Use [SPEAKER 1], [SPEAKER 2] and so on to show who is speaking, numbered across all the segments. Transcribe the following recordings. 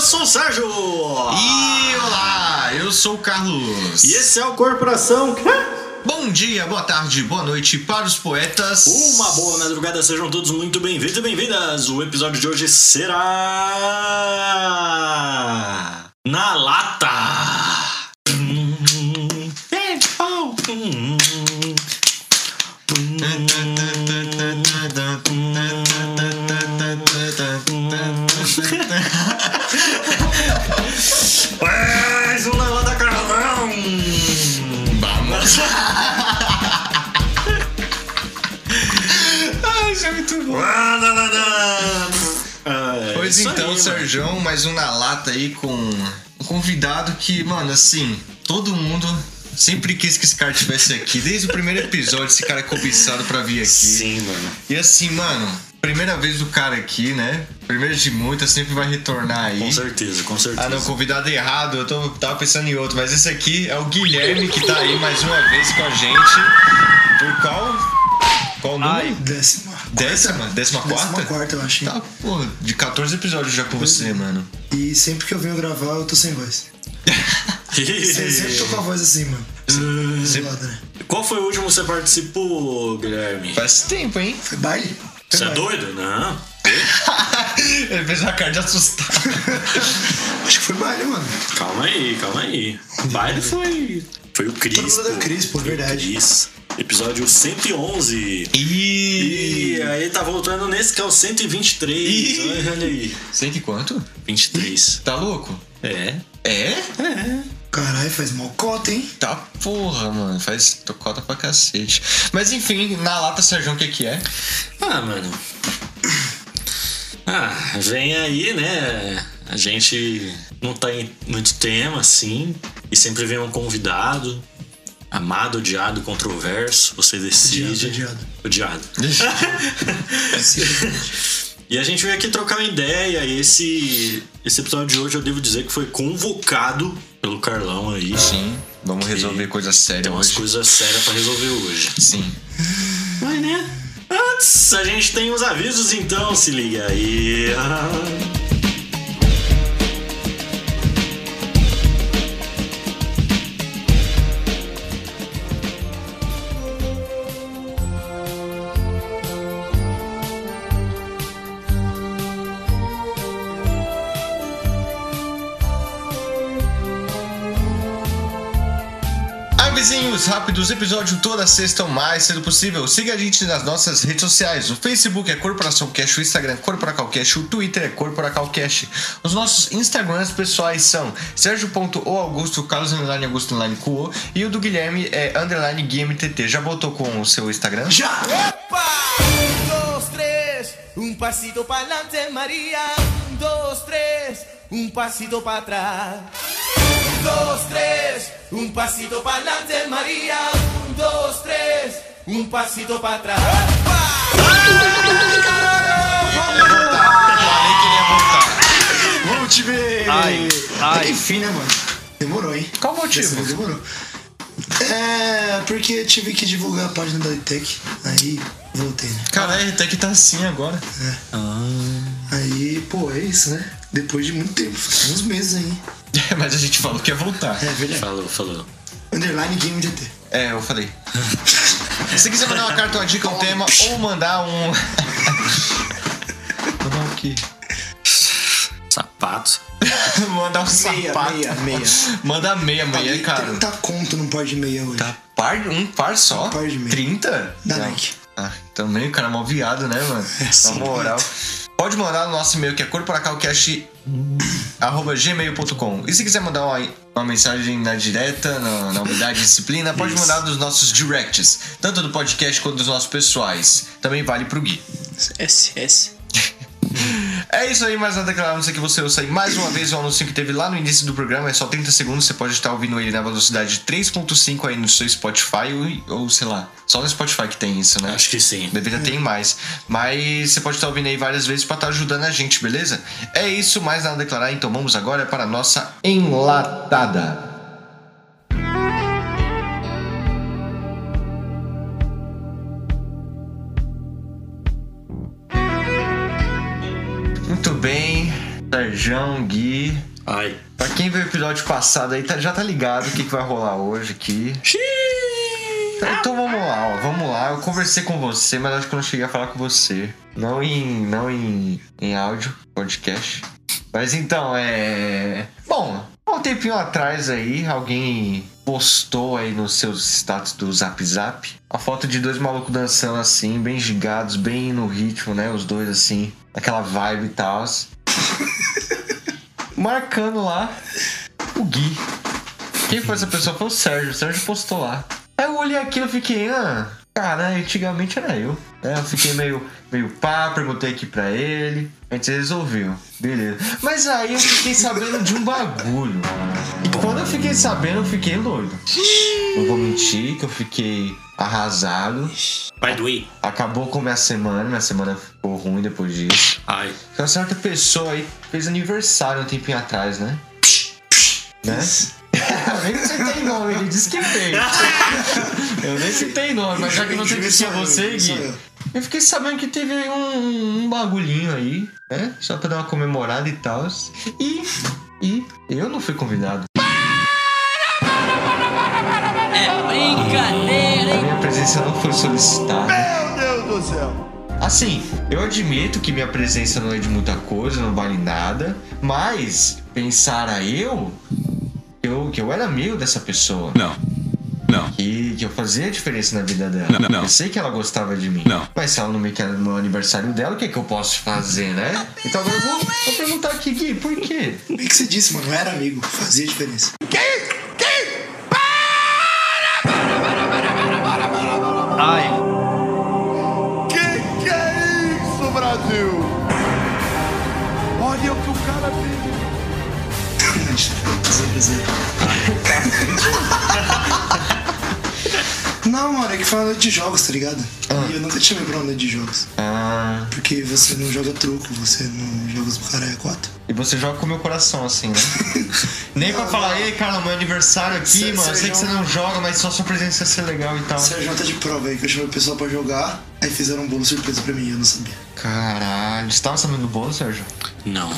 [SPEAKER 1] sou o Sérgio!
[SPEAKER 2] E olá, eu sou o Carlos.
[SPEAKER 1] E esse é o Corporação.
[SPEAKER 2] Bom dia, boa tarde, boa noite para os poetas.
[SPEAKER 1] Uma boa madrugada, sejam todos muito bem-vindos e bem-vindas. O episódio de hoje será. Na lata! Mais um na lata carvão!
[SPEAKER 2] Vamos. Ai, isso é muito bom.
[SPEAKER 1] É
[SPEAKER 2] Pois então, Serjão, mais um na lata aí com um convidado que, mano, assim, todo mundo sempre quis que esse cara estivesse aqui. Desde o primeiro episódio, esse cara é cobiçado pra vir aqui.
[SPEAKER 1] Sim, mano.
[SPEAKER 2] E assim, mano, primeira vez do cara aqui, né? Primeira de muitas, sempre vai retornar aí.
[SPEAKER 1] Com certeza, com certeza.
[SPEAKER 2] Ah, não, convidado errado, eu tô, tava pensando em outro, mas esse aqui é o Guilherme que tá aí mais uma vez com a gente. Por qual? Qual número?
[SPEAKER 3] Ai, décima.
[SPEAKER 2] décima? Décima quarta?
[SPEAKER 3] Décima quarta, eu acho. hein?
[SPEAKER 2] Tá, pô, de 14 episódios já com você, mano.
[SPEAKER 3] E sempre que eu venho gravar, eu tô sem voz. Eu sempre tô com a voz assim, mano. Zoada, né?
[SPEAKER 1] Qual foi o último que você participou, Guilherme?
[SPEAKER 2] Faz tempo, hein?
[SPEAKER 3] Foi baile? Foi
[SPEAKER 1] Você é
[SPEAKER 3] baile.
[SPEAKER 1] doido? Não.
[SPEAKER 2] Ele fez uma cara de assustado.
[SPEAKER 3] Acho que foi baile, mano.
[SPEAKER 1] Calma aí, calma aí. O baile foi. Foi o Cris.
[SPEAKER 3] Foi o
[SPEAKER 1] pô.
[SPEAKER 3] é Cris, pô,
[SPEAKER 1] Foi o
[SPEAKER 3] verdade.
[SPEAKER 1] Cris. Episódio 111.
[SPEAKER 2] E...
[SPEAKER 1] E aí tá voltando nesse que é o 123.
[SPEAKER 2] Ih.
[SPEAKER 1] Olha aí.
[SPEAKER 2] Sei que quanto?
[SPEAKER 1] 23.
[SPEAKER 2] Tá louco?
[SPEAKER 1] É.
[SPEAKER 2] É?
[SPEAKER 3] Caralho, faz mal cota, hein?
[SPEAKER 2] Tá porra, mano. Faz tocota pra cacete. Mas enfim, na lata, Sérgio, o que que é?
[SPEAKER 1] Ah, mano. Ah, vem aí, né? A gente não tá em muito tema, assim. E sempre vem um convidado. Amado, odiado, controverso. Você decide.
[SPEAKER 3] Odiado,
[SPEAKER 1] Odiado. E a gente veio aqui trocar uma ideia. E esse, esse episódio de hoje eu devo dizer que foi convocado pelo Carlão aí.
[SPEAKER 3] Ah,
[SPEAKER 2] Sim, vamos resolver coisa séria
[SPEAKER 1] Tem umas
[SPEAKER 2] hoje.
[SPEAKER 1] coisas sérias pra resolver hoje.
[SPEAKER 2] Sim.
[SPEAKER 1] Mas né? Antes, a gente tem uns avisos, então se liga aí.
[SPEAKER 2] Avisinhos rápidos, episódio toda sexta o mais cedo possível. Siga a gente nas nossas redes sociais. O Facebook é Corporação Cash, o Instagram é Corporacal Cash, o Twitter é Corporacal Cash. Os nossos Instagrams pessoais são Sérgio.oAugusto, Carlos Underline Augusto Underline Cuo e o do Guilherme é Underline GuiMTT. Já botou com o seu Instagram?
[SPEAKER 3] Já!
[SPEAKER 4] Un, dos, tres, un pasito para adelante, María. Un, dos, tres, un pasito para atrás. Un, dos, tres, un pasito para adelante, María. Un, dos, tres, un pasito para atrás.
[SPEAKER 2] Falei que ele ia voltar.
[SPEAKER 3] Vamos te ver!
[SPEAKER 1] Ai, ai.
[SPEAKER 3] Até que enfim, né, mano? Demorou, hein?
[SPEAKER 2] Qual o
[SPEAKER 3] Dessa vez
[SPEAKER 2] motivo?
[SPEAKER 3] Demorou. É, porque eu tive que divulgar a página da Itec. Aí, voltei, né?
[SPEAKER 2] Caralho, até que tá assim agora.
[SPEAKER 3] Aí, pô, é isso, né? Depois de muito tempo, uns meses aí.
[SPEAKER 2] É, mas a gente falou que ia voltar.
[SPEAKER 3] É verdade.
[SPEAKER 1] Falou, falou.
[SPEAKER 3] Underline Game DT.
[SPEAKER 2] É, eu falei. Se quiser mandar uma carta, uma dica, um tema, ou mandar um. mandar o quê?
[SPEAKER 1] Sapato.
[SPEAKER 2] Mandar um
[SPEAKER 3] Meia,
[SPEAKER 2] sapato.
[SPEAKER 3] meia, Tá meia.
[SPEAKER 2] Manda meia, meia,
[SPEAKER 3] Paguei
[SPEAKER 2] cara.
[SPEAKER 3] 30 conto num par de meia hoje.
[SPEAKER 2] Tá par, um par só?
[SPEAKER 3] Um par de meia.
[SPEAKER 2] 30?
[SPEAKER 3] Da
[SPEAKER 2] Não.
[SPEAKER 3] Nike.
[SPEAKER 2] Ah, também o cara é mal viado, né, mano? Na
[SPEAKER 3] É, sim,
[SPEAKER 2] moral. Pode mandar no nosso e-mail que é corporacalcast.gmail.com. E se quiser mandar uma, uma mensagem na direta, na, na unidade de disciplina, pode
[SPEAKER 3] Isso.
[SPEAKER 2] mandar dos nossos directs, tanto do podcast quanto dos nossos pessoais. Também vale pro Gui.
[SPEAKER 4] SS.
[SPEAKER 2] É isso aí, mais nada declaramos aqui você ouça aí mais uma vez o anúncio que teve lá no início do programa, é só 30 segundos, você pode estar ouvindo ele na velocidade 3.5 aí no seu Spotify ou, ou, sei lá, só no Spotify que tem isso, né?
[SPEAKER 1] Acho que sim.
[SPEAKER 2] Deveria ter mais. Mas você pode estar ouvindo aí várias vezes pra estar ajudando a gente, beleza? É isso, mais nada a declarar, então vamos agora para a nossa enlatada. Muito bem, Sérgio, Gui.
[SPEAKER 1] Ai.
[SPEAKER 2] Pra quem viu o episódio passado aí, tá- já tá ligado o que, que vai rolar hoje aqui. Tá, Então vamos lá, ó, vamos lá. Eu conversei com você, mas acho que eu não cheguei a falar com você. Não em, não em, em áudio, podcast. Mas então, é. Bom, há um tempinho atrás aí, alguém postou aí nos seus status do Zap Zap a foto de dois malucos dançando assim, bem gigados, bem no ritmo, né? Os dois assim, aquela vibe e tal. Marcando lá o Gui. Quem foi essa pessoa? Foi o Sérgio. O Sérgio postou lá. Aí eu olhei aquilo e fiquei, ah, cara, antigamente era eu. né? eu fiquei meio, meio pá, perguntei aqui pra ele. A gente resolveu. Beleza. Mas aí eu fiquei sabendo de um bagulho. E quando eu fiquei sabendo, eu fiquei doido. Não vou mentir que eu fiquei arrasado.
[SPEAKER 1] By the way.
[SPEAKER 2] Acabou com a minha semana, minha semana ficou ruim depois disso.
[SPEAKER 1] Ai.
[SPEAKER 2] Uma certa pessoa aí fez aniversário um tempinho atrás, né? né? eu nem citei nome, ele disse que fez. eu nem citei nome, mas já que você disse que é você, Gui. Eu fiquei sabendo que teve aí um, um bagulhinho aí, né? Só pra dar uma comemorada e tal. E. E eu não fui convidado. A minha presença não foi solicitada.
[SPEAKER 4] Meu Deus do céu.
[SPEAKER 2] Assim, eu admito que minha presença não é de muita coisa, não vale nada, mas pensar a eu, eu que eu era amigo dessa pessoa.
[SPEAKER 5] Não. Não.
[SPEAKER 2] Que, que eu fazia diferença na vida dela.
[SPEAKER 5] Não, não, não.
[SPEAKER 2] Eu sei que ela gostava de mim.
[SPEAKER 5] Não.
[SPEAKER 2] Mas se ela não me quer no aniversário dela, o que, é que eu posso fazer, né? Então agora eu vou, vou perguntar aqui, Gui, por quê?
[SPEAKER 3] O que que você disse, mano? Não era amigo, fazia diferença.
[SPEAKER 4] Que que é isso, Brasil? Olha o que o cara fez.
[SPEAKER 3] Fazia diferença. Não, mano, é que foi uma noite de jogos, tá ligado?
[SPEAKER 4] Ah.
[SPEAKER 3] E eu nunca te chamei pra uma noite de jogos.
[SPEAKER 2] Ah,
[SPEAKER 3] Porque você não joga truco, você não joga é os caralho 4.
[SPEAKER 2] e você joga com o meu coração, assim, né? Nem pra
[SPEAKER 3] Não,
[SPEAKER 2] falar,
[SPEAKER 3] não.
[SPEAKER 2] ei, Carla, meu aniversário aqui,
[SPEAKER 3] Você-
[SPEAKER 2] mano. Eu
[SPEAKER 3] você
[SPEAKER 2] sei que você
[SPEAKER 3] joga-
[SPEAKER 2] não joga, mas só sua presença ia ser legal e tal.
[SPEAKER 3] Sérgio tá de prova aí, que eu chamei o pessoal pra jogar, aí fizeram um bolo surpresa pra mim, eu não sabia.
[SPEAKER 2] Caralho, você tava sabendo do bolo, Sérgio?
[SPEAKER 1] Não.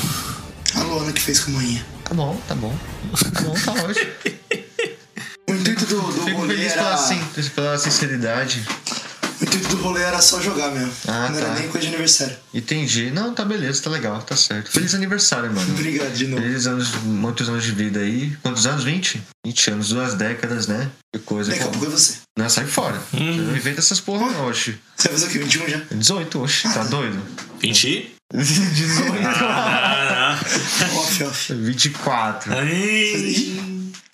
[SPEAKER 3] A Luana que fez com a manhinha.
[SPEAKER 2] Tá bom, tá bom. Tá bom, tá ótimo.
[SPEAKER 3] O intuito do, do
[SPEAKER 2] Fico
[SPEAKER 3] rolê
[SPEAKER 2] feliz
[SPEAKER 3] era...
[SPEAKER 2] pela, sin- pela sinceridade.
[SPEAKER 3] O intuito do rolê era só jogar mesmo.
[SPEAKER 2] Ah,
[SPEAKER 3] não
[SPEAKER 2] tá.
[SPEAKER 3] era nem coisa de aniversário.
[SPEAKER 2] Entendi. Não, tá beleza, tá legal, tá certo. Feliz aniversário, mano.
[SPEAKER 3] Obrigado de novo.
[SPEAKER 2] Feliz anos, muitos anos de vida aí. Quantos anos? 20? 20 anos, duas décadas, né? Que coisa.
[SPEAKER 3] Daqui a
[SPEAKER 2] pô.
[SPEAKER 3] pouco é você.
[SPEAKER 2] Não, sai fora. Eu Não inventa essas porra, não, oxi.
[SPEAKER 3] Você vai fazer o quê? 21 já?
[SPEAKER 2] 18, oxi, tá doido?
[SPEAKER 1] Pinti?
[SPEAKER 2] 18.
[SPEAKER 1] Ah,
[SPEAKER 3] off, off.
[SPEAKER 2] 24.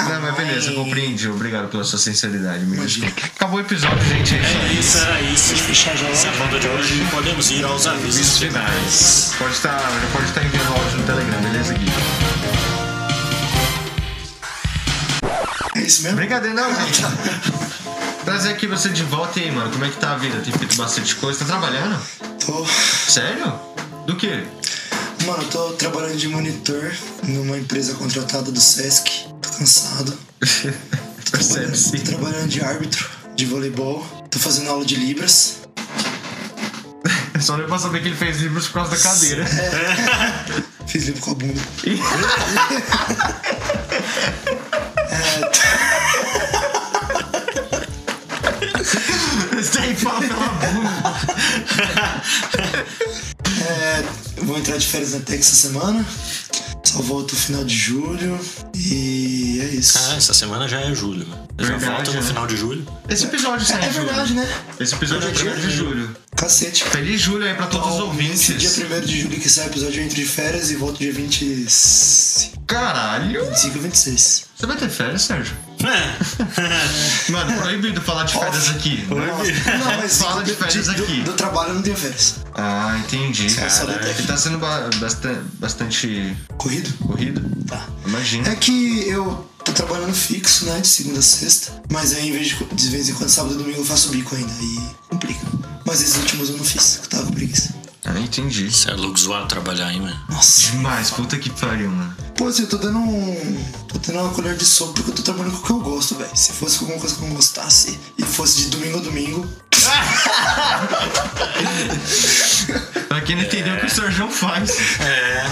[SPEAKER 2] Não, mas beleza, eu compreendi. Obrigado pela sua sinceridade, me
[SPEAKER 3] Imagina.
[SPEAKER 2] desculpa. Acabou o episódio, gente. É isso
[SPEAKER 1] É
[SPEAKER 2] aí.
[SPEAKER 1] isso, era isso.
[SPEAKER 3] fechar já
[SPEAKER 1] Essa
[SPEAKER 3] logo?
[SPEAKER 1] banda de hoje podemos ir aos avisos finais.
[SPEAKER 2] Pode estar, já pode estar enviando áudio no Telegram, beleza, Gui?
[SPEAKER 3] É isso mesmo?
[SPEAKER 2] Brincadeira, não, gente. Trazer aqui você de volta e aí, mano. Como é que tá a vida? Tem feito bastante coisa. Tá trabalhando?
[SPEAKER 3] Tô.
[SPEAKER 2] Sério? Do quê?
[SPEAKER 3] Mano, eu tô trabalhando de monitor numa empresa contratada do Sesc. Tô cansado.
[SPEAKER 2] Percebe
[SPEAKER 3] Tô
[SPEAKER 2] sim.
[SPEAKER 3] trabalhando de árbitro de voleibol. Tô fazendo aula de Libras.
[SPEAKER 2] É Só não pra saber que ele fez livros por causa da cadeira.
[SPEAKER 3] É. Fiz livro com a bunda.
[SPEAKER 2] Você tem que falar pela bunda.
[SPEAKER 3] É, vou entrar de férias na Tech essa semana. Só volto no final de julho. E é isso.
[SPEAKER 1] Ah, essa semana já é julho, mano. Já
[SPEAKER 2] Verdade,
[SPEAKER 1] volta no
[SPEAKER 2] né?
[SPEAKER 1] final de julho.
[SPEAKER 2] Esse episódio sai
[SPEAKER 3] é
[SPEAKER 2] em julho.
[SPEAKER 3] verdade, né?
[SPEAKER 2] Esse episódio é
[SPEAKER 3] Hoje é
[SPEAKER 2] 1 de
[SPEAKER 3] dia?
[SPEAKER 2] julho.
[SPEAKER 3] Cacete.
[SPEAKER 2] Feliz julho aí pra todos os
[SPEAKER 3] Então, Esse
[SPEAKER 2] ouvintes.
[SPEAKER 3] dia 1 de julho que sai o episódio, eu entro de férias e volto dia 25
[SPEAKER 2] Caralho!
[SPEAKER 3] ou 26.
[SPEAKER 2] Você vai ter férias, Sérgio?
[SPEAKER 1] É.
[SPEAKER 2] Mano, proibido falar de férias aqui. é?
[SPEAKER 3] Nossa. Não, mas
[SPEAKER 2] Fala de
[SPEAKER 3] do-
[SPEAKER 2] férias
[SPEAKER 3] do-
[SPEAKER 2] aqui.
[SPEAKER 3] Do, trabalho eu não tenho férias.
[SPEAKER 2] Ah, entendi.
[SPEAKER 3] Só da
[SPEAKER 2] Ele
[SPEAKER 3] Tech.
[SPEAKER 2] tá sendo ba- bastan- bastante
[SPEAKER 3] Corrido?
[SPEAKER 2] corrido.
[SPEAKER 3] Tá.
[SPEAKER 2] Imagina.
[SPEAKER 3] É que eu tô trabalhando fixo, né? De segunda a sexta. Mas aí, em vez de, de vez em quando, sábado e domingo, eu faço bico ainda. E complica. Mas esses últimos eu não fiz, que eu tava com preguiça.
[SPEAKER 2] Ah, entendi.
[SPEAKER 1] Você é louco zoado trabalhar, hein, mano?
[SPEAKER 3] Nossa.
[SPEAKER 2] Demais, puta que pariu, mano.
[SPEAKER 3] Pô, assim, eu tô dando um. Tô tendo uma colher de sopa porque eu tô trabalhando com o que eu gosto, velho. Se fosse com alguma coisa que eu não gostasse e fosse de domingo a domingo,
[SPEAKER 2] Pra quem não entendeu o que o Sérgio faz.
[SPEAKER 1] É.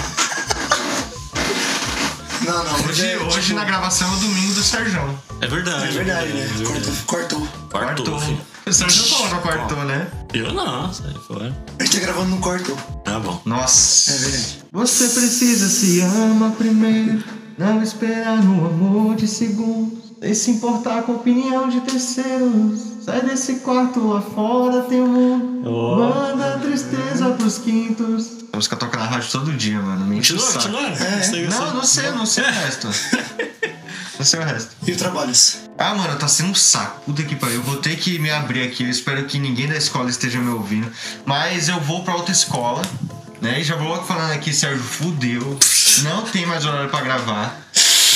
[SPEAKER 3] Não, não.
[SPEAKER 2] Hoje,
[SPEAKER 3] é,
[SPEAKER 2] hoje
[SPEAKER 3] tipo,
[SPEAKER 2] na gravação é o domingo do Serjão.
[SPEAKER 1] É verdade.
[SPEAKER 3] É verdade,
[SPEAKER 1] é
[SPEAKER 3] né?
[SPEAKER 1] verdade.
[SPEAKER 3] Cortou. Cortou.
[SPEAKER 1] Quartou, filho.
[SPEAKER 2] O Serjão falou que quartou, né?
[SPEAKER 1] Eu não, sai fora.
[SPEAKER 3] A gente tá gravando no quarto.
[SPEAKER 1] Tá bom.
[SPEAKER 2] Nossa.
[SPEAKER 3] É verdade.
[SPEAKER 2] Você precisa se ama primeiro, não esperar no amor de segundos, e se importar com a opinião de terceiros. Sai desse quarto lá fora, tem um mundo,
[SPEAKER 1] Oh.
[SPEAKER 2] manda a tristeza pros quintos. A música toca na rádio todo dia, mano. Me enche o
[SPEAKER 1] Continua,
[SPEAKER 2] saco.
[SPEAKER 1] continua.
[SPEAKER 2] É, Não, não sei, não sei o resto. Não sei o resto.
[SPEAKER 3] E o Trabalhos?
[SPEAKER 2] Ah, mano, tá sendo um saco. Puta que pariu. Eu vou ter que me abrir aqui. Eu espero que ninguém da escola esteja me ouvindo. Mas eu vou pra outra escola, né? E já vou logo falando aqui, Sérgio, fudeu. Não tem mais horário pra gravar.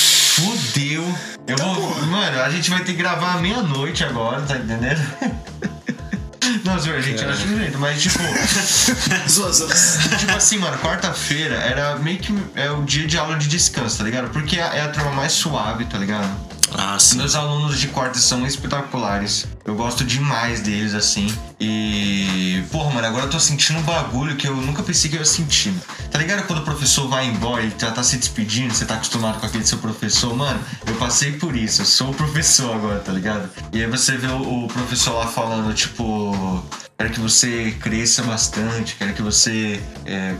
[SPEAKER 2] Fudeu. Eu vou. Mano, a gente vai ter que gravar à meia-noite agora, tá entendendo? Não, senhor, a gente acha um jeito, mas tipo.
[SPEAKER 3] Zoa, zoa.
[SPEAKER 2] Tipo assim, mano, quarta-feira era meio que é o dia de aula de descanso, tá ligado? Porque é a turma mais suave, tá ligado?
[SPEAKER 1] Ah, sim.
[SPEAKER 2] Meus alunos de quarta são espetaculares. Eu gosto demais deles, assim. E. Porra, mano, agora eu tô sentindo um bagulho que eu nunca pensei que eu ia sentir. Tá ligado quando o professor vai embora e já tá se despedindo, você tá acostumado com aquele seu professor? Mano, eu passei por isso, eu sou o professor agora, tá ligado? E aí você vê o, o professor lá falando, tipo. Quero que você cresça bastante, quero que você. É...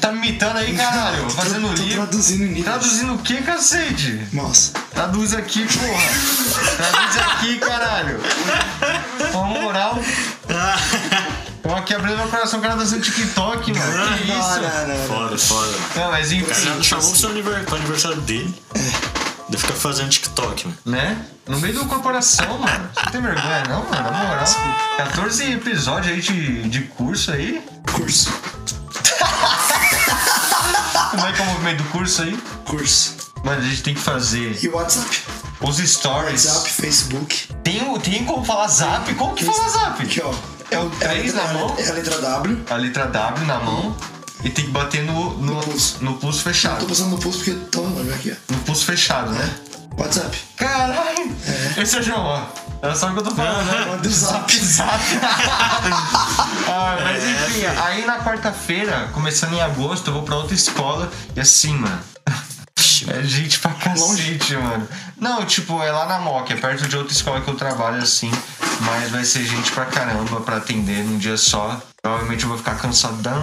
[SPEAKER 2] Tá me imitando aí, caralho? Fazendo
[SPEAKER 3] Tô- tô
[SPEAKER 2] livro.
[SPEAKER 3] traduzindo em inglês.
[SPEAKER 2] Traduzindo o que, cacete?
[SPEAKER 3] Nossa.
[SPEAKER 2] Traduz aqui, porra. Traduz aqui, caralho. Com moral. Tô aqui abrindo meu coração, o cara dançando TikTok, mano. Que
[SPEAKER 3] Não,
[SPEAKER 2] isso?
[SPEAKER 3] não, não, não.
[SPEAKER 1] Foda, foda.
[SPEAKER 2] Não, mas
[SPEAKER 1] O cara
[SPEAKER 2] enfim,
[SPEAKER 1] chamou pro seu aniversário, pro aniversário dele.
[SPEAKER 2] É.
[SPEAKER 1] De ficar fazendo TikTok, mano.
[SPEAKER 2] né? No meio da corporação, mano. Você não tem vergonha, não, mano? Na moral. 14 episódios aí de, de curso aí.
[SPEAKER 3] Curso.
[SPEAKER 2] Como é que é o movimento do curso aí?
[SPEAKER 3] Curso.
[SPEAKER 2] Mano, a gente tem que fazer
[SPEAKER 3] E o WhatsApp?
[SPEAKER 2] os
[SPEAKER 3] WhatsApp,
[SPEAKER 2] stories.
[SPEAKER 3] Facebook.
[SPEAKER 2] Tem, o- tem como falar zap? Como que fala
[SPEAKER 3] Aqui,
[SPEAKER 2] zap?
[SPEAKER 3] ó. É, o, é, a,
[SPEAKER 2] Três
[SPEAKER 3] letra,
[SPEAKER 2] na mão?
[SPEAKER 3] é a letra W.
[SPEAKER 2] A letra W na mão e tem que bater no, no,
[SPEAKER 3] No pulso.
[SPEAKER 2] no pulso Tá
[SPEAKER 3] Tô
[SPEAKER 2] fechado.
[SPEAKER 3] passando no pulso porque tô olha aqui, ó.
[SPEAKER 2] No pulso fechado, né?
[SPEAKER 3] WhatsApp.
[SPEAKER 2] Caralho! Esse é o João, ó. Ela sabe o que eu tô falando, né?
[SPEAKER 3] Manda o zap.
[SPEAKER 2] Exato. ah, mas enfim, aí na quarta-feira, começando em agosto, eu vou pra outra escola e assim, mano. É gente pra cacete, mano. Não, tipo, é lá na Moca, é perto de outra escola que eu trabalho assim. Mas vai ser gente pra caramba pra atender num dia só. Provavelmente eu vou ficar cansadão.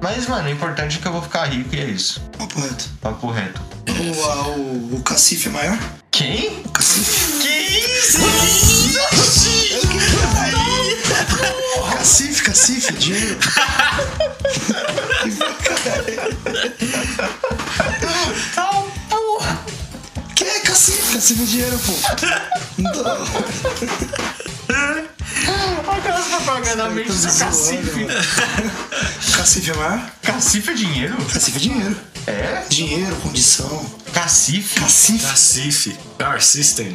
[SPEAKER 2] Mas, mano, o importante é que eu vou ficar rico e é isso.
[SPEAKER 3] Papo reto.
[SPEAKER 2] Papo reto.
[SPEAKER 3] O, a- o, o cacife é maior?
[SPEAKER 2] Quem?
[SPEAKER 3] O cacife?
[SPEAKER 2] Que isso?
[SPEAKER 3] Cacife, cacife, dinheiro. que é cacife? Cacife é dinheiro, pô. Não,
[SPEAKER 2] Aquelas propagandas é meio
[SPEAKER 3] tô
[SPEAKER 2] de
[SPEAKER 3] zoando,
[SPEAKER 2] cacife.
[SPEAKER 3] mano. Cacife é maior?
[SPEAKER 2] Cacife é dinheiro?
[SPEAKER 3] Cacife é dinheiro.
[SPEAKER 2] É?
[SPEAKER 3] Dinheiro, condição.
[SPEAKER 2] Cacife?
[SPEAKER 3] Cacife.
[SPEAKER 1] Cacif. Car System.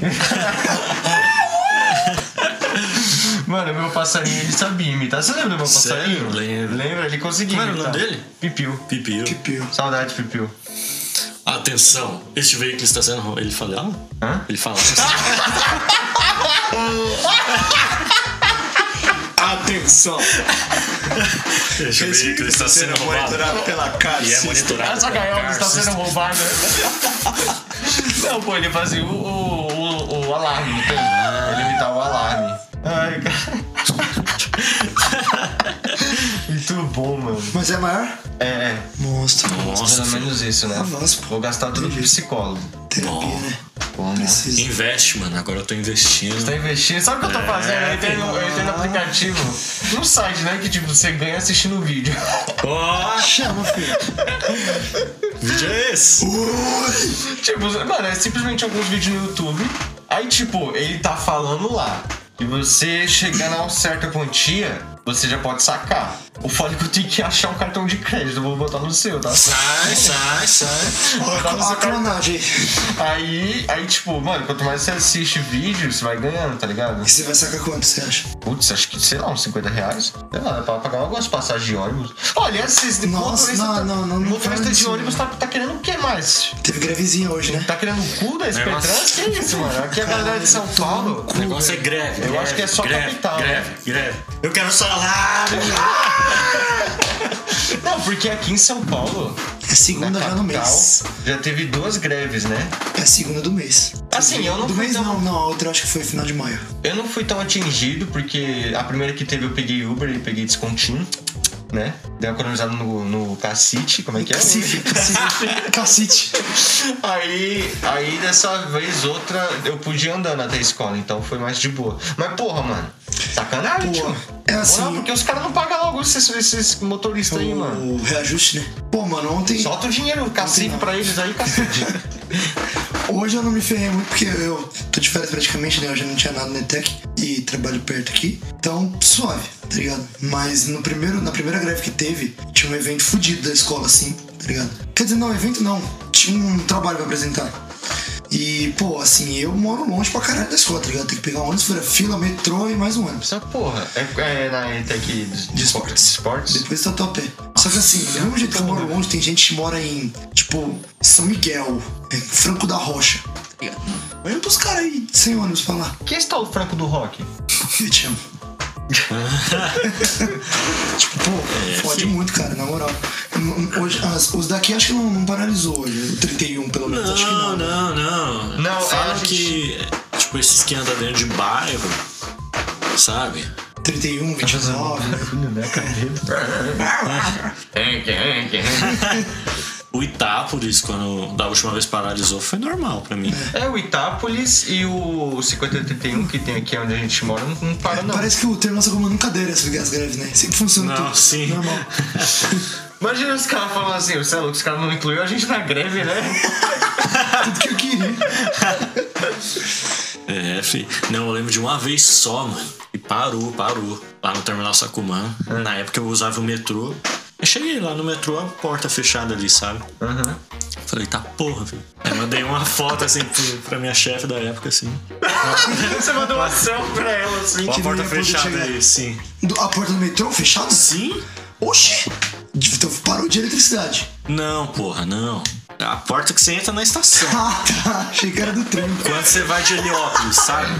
[SPEAKER 2] Mano, meu passarinho ele sabia imitar. Você lembra do meu
[SPEAKER 1] Sério?
[SPEAKER 2] passarinho?
[SPEAKER 1] Lembro.
[SPEAKER 2] Lembra? Ele conseguia.
[SPEAKER 1] Como era o
[SPEAKER 2] imitar.
[SPEAKER 1] nome dele?
[SPEAKER 2] Pipiu.
[SPEAKER 1] Pipiu.
[SPEAKER 3] Que pior.
[SPEAKER 2] Saudade, Pipiu.
[SPEAKER 1] Atenção, este veículo está sendo. rou- Ele falava?
[SPEAKER 2] Hã?
[SPEAKER 1] Ele falava.
[SPEAKER 3] Atenção!
[SPEAKER 1] este veículo está sendo roubado.
[SPEAKER 3] tá pela casa.
[SPEAKER 1] E é monitorado.
[SPEAKER 2] Essa
[SPEAKER 1] pela
[SPEAKER 2] gaiola
[SPEAKER 1] Car
[SPEAKER 2] está sendo
[SPEAKER 1] System.
[SPEAKER 2] roubada. Não, pô, ele fazia o, o, o, o alarme, entende? Ele imitava o alarme. Ai, cara. Muito bom, mano.
[SPEAKER 3] Mas é maior?
[SPEAKER 2] É, é.
[SPEAKER 3] Monstro.
[SPEAKER 1] Nossa,
[SPEAKER 2] Pelo menos isso, né?
[SPEAKER 3] Ah, nossa, pô.
[SPEAKER 2] Vou gastar tudo no psicólogo.
[SPEAKER 3] Terapia,
[SPEAKER 1] Bom.
[SPEAKER 3] né?
[SPEAKER 2] Bom,
[SPEAKER 3] Precisa.
[SPEAKER 1] Investe, mano. Agora eu tô investindo.
[SPEAKER 2] Tá investindo. Sabe o que eu tô fazendo? Eu entrei no, eu entrei no aplicativo, no site, né? Que tipo, você ganha assistindo o vídeo.
[SPEAKER 1] Ó,
[SPEAKER 3] Chama, filho.
[SPEAKER 1] vídeo é esse?
[SPEAKER 2] uh, tipo, mano, é simplesmente alguns vídeos no YouTube. Aí, tipo, ele tá falando lá. E você chegando a uma certa quantia, você já pode sacar. O foda é que eu tenho que achar um cartão de crédito. Eu vou botar no seu, tá?
[SPEAKER 1] Sai, sai, sai.
[SPEAKER 2] Vou botar no seu
[SPEAKER 3] Olha a
[SPEAKER 2] cartão.
[SPEAKER 3] clonagem.
[SPEAKER 2] Aí, aí, tipo, mano, quanto mais você assiste vídeo, você vai ganhando, tá ligado?
[SPEAKER 3] E você vai sacar quanto, você acha?
[SPEAKER 2] Putz, acho que, sei lá, uns 50 reais. Sei lá, pra pagar algumas passagens de ônibus. Olha, esses
[SPEAKER 3] Nossa,
[SPEAKER 2] motorista
[SPEAKER 3] não,
[SPEAKER 2] tá-
[SPEAKER 3] não, não, não
[SPEAKER 2] Motorista
[SPEAKER 3] fala
[SPEAKER 2] de
[SPEAKER 3] isso,
[SPEAKER 2] ônibus tá, tá querendo o que mais?
[SPEAKER 3] Teve grevezinha hoje, né?
[SPEAKER 2] Tá querendo o cu da Esperança? Que isso, mano? Aqui é a galera de São Paulo.
[SPEAKER 1] O negócio é greve.
[SPEAKER 2] Eu
[SPEAKER 1] greve,
[SPEAKER 2] acho que é só
[SPEAKER 1] greve,
[SPEAKER 2] capital, né?
[SPEAKER 1] Greve, greve. Eu quero salário.
[SPEAKER 2] Não, porque aqui em São Paulo,
[SPEAKER 3] É a segunda
[SPEAKER 2] na
[SPEAKER 3] já no
[SPEAKER 2] capital,
[SPEAKER 3] mês.
[SPEAKER 2] já teve duas greves, né?
[SPEAKER 3] É a segunda do mês.
[SPEAKER 2] Assim, eu não
[SPEAKER 3] Do
[SPEAKER 2] fui
[SPEAKER 3] mês
[SPEAKER 2] tão-
[SPEAKER 3] não, não, a outra eu acho que foi final de maio.
[SPEAKER 2] Eu não fui tão atingido, porque a primeira que teve eu peguei Uber e peguei descontinho, né? Deu uma economizada no, no cacite, como é que é?
[SPEAKER 3] Cacite, cacite, cacite.
[SPEAKER 2] Aí, aí dessa vez outra eu pude ir andando até a escola, então foi mais de boa. Mas porra, mano, sacanagem,
[SPEAKER 3] Pô,
[SPEAKER 2] tio.
[SPEAKER 3] é assim-
[SPEAKER 2] Não, porque os caras não pagam logo esses, esses motoristas aí, mano.
[SPEAKER 3] O reajuste, né? Pô, mano, ontem.
[SPEAKER 2] Solta o dinheiro, cacete
[SPEAKER 3] não.
[SPEAKER 2] pra eles aí, cacete.
[SPEAKER 3] Hoje eu não me ferrei muito porque eu tô de férias praticamente, né? Eu já não tinha nada na ETEC e trabalho perto aqui. Então, suave, tá ligado? Mas no primeiro, na primeira greve que teve, tinha um evento fudido da escola, assim, tá ligado? Quer dizer, não, evento não. Tinha um trabalho pra apresentar. E, pô, assim, eu moro longe pra caralho da escola, tá ligado? Tem que pegar um ônibus, fura fila, metrô e mais um ônibus.
[SPEAKER 2] Essa porra. É, é na ETEC de,
[SPEAKER 3] De esportes.
[SPEAKER 2] esportes?
[SPEAKER 3] Depois tá teu pé. Só que assim, do mesmo jeito que eu moro longe, tem gente que mora em, tipo, São Miguel, em Franco da Rocha. tá ligado? Olha pros caras aí, sem ônibus pra lá.
[SPEAKER 2] Quem está o Franco do Rock?
[SPEAKER 3] Eu te amo. tipo, pô, fode muito, cara, na moral. Hoje, as- os daqui acho que não, não paralisou hoje, o 31 pelo menos, acho que
[SPEAKER 1] Não,
[SPEAKER 3] não. né?
[SPEAKER 1] não, não.
[SPEAKER 2] Não, é, a
[SPEAKER 1] Falam
[SPEAKER 2] gente-
[SPEAKER 1] que, tipo, esse esquema tá dentro de bairro, sabe?
[SPEAKER 3] 31, 29, né?
[SPEAKER 1] O Itápolis, quando da última vez paralisou, foi normal pra mim.
[SPEAKER 2] É o Itápolis e o 5081 que tem aqui onde a gente mora não, não para não.
[SPEAKER 3] Parece que o termo nossa comando cadeira essas as greves, né? Sempre funciona
[SPEAKER 1] Não,
[SPEAKER 3] tudo.
[SPEAKER 1] sim.
[SPEAKER 3] Normal.
[SPEAKER 2] Imagina os caras falando assim, você é louco, os caras não incluíram a gente na greve, né?
[SPEAKER 3] tudo que eu queria.
[SPEAKER 1] É, fi. Não, eu lembro de uma vez só, mano. E parou, parou. Lá no terminal Sacumã.
[SPEAKER 3] É.
[SPEAKER 1] Na época eu usava o metrô. Eu cheguei lá no metrô, a porta fechada ali, sabe?
[SPEAKER 2] Aham.
[SPEAKER 1] Falei, tá porra, filho. Aí mandei uma foto assim pro- pra minha chefe da época, assim.
[SPEAKER 2] Você mandou uma ação pra ela, assim.
[SPEAKER 1] Ó, a
[SPEAKER 3] não
[SPEAKER 1] porta
[SPEAKER 3] ia poder
[SPEAKER 1] fechada
[SPEAKER 3] chegar.
[SPEAKER 1] aí, sim.
[SPEAKER 3] Do- a porta do metrô fechada?
[SPEAKER 1] Sim?
[SPEAKER 3] Oxi! Então parou de eletricidade.
[SPEAKER 1] Não, porra, não. É A porta que você entra na estação.
[SPEAKER 3] Ah, tá. Achei que era do trem.
[SPEAKER 1] Quando você vai de Heliópolis, sabe?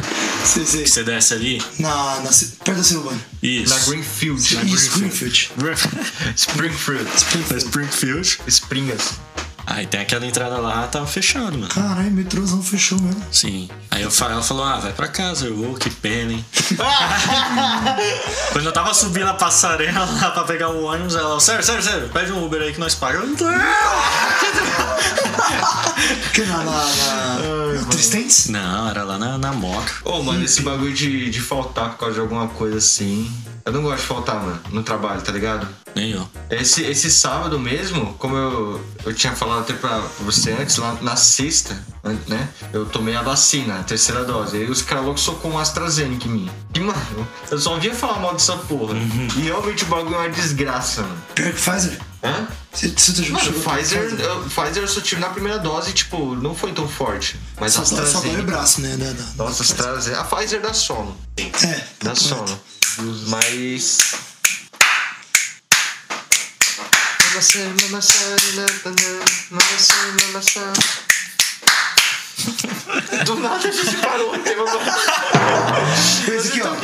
[SPEAKER 3] Sei, sei.
[SPEAKER 1] Que você desce ali.
[SPEAKER 3] Na, na, ci- perto da Silvana.
[SPEAKER 1] Isso.
[SPEAKER 2] Na Greenfield.
[SPEAKER 3] Isso, Greenfield.
[SPEAKER 2] Springfield.
[SPEAKER 1] Na Springfield.
[SPEAKER 2] Springas.
[SPEAKER 1] Aí tem aquela entrada lá, tava fechado, mano.
[SPEAKER 3] Caralho, o metrôzão fechou mesmo.
[SPEAKER 1] Sim. Aí eu falei, ela falou, ah, vai pra casa. Eu, ô, que pena, hein? Quando eu tava subindo a passarela lá pra pegar o ônibus, ela, sério, sério, sério, pede um Uber aí que nós pagamos.
[SPEAKER 3] Que na. na, na na Tristentes?
[SPEAKER 1] Não, era lá na, na moca.
[SPEAKER 2] Ô, mano, esse bagulho de, de faltar por causa de alguma coisa assim. Eu não gosto de faltar, mano, no trabalho, tá ligado?
[SPEAKER 1] Nem eu.
[SPEAKER 2] Esse, esse sábado mesmo, como eu, eu tinha falado até pra pra você antes, lá na sexta, né? Eu tomei a vacina, a terceira dose. E os caras loucos socou um AstraZeneca em mim. E, mano, eu só ouvia falar mal dessa porra. E realmente o bagulho é uma desgraça, mano.
[SPEAKER 3] Pior que Pfizer?
[SPEAKER 2] Hã?
[SPEAKER 3] Você você tá
[SPEAKER 2] Mano,
[SPEAKER 3] jogando?
[SPEAKER 2] Pfizer, eu, Pfizer é eu só tive na primeira dose, tipo, não foi tão forte. Mas
[SPEAKER 3] Só, dói- só dói o
[SPEAKER 2] AstraZeneca.
[SPEAKER 3] braço, né? Da, da-
[SPEAKER 2] tá Nossa, tá- AstraZeneca. A Pfizer dá sono.
[SPEAKER 3] É.
[SPEAKER 2] Dá
[SPEAKER 3] ponto
[SPEAKER 2] sono. Mas. Do nada a gente parou o tema.
[SPEAKER 3] Esse aqui, ó.
[SPEAKER 2] então,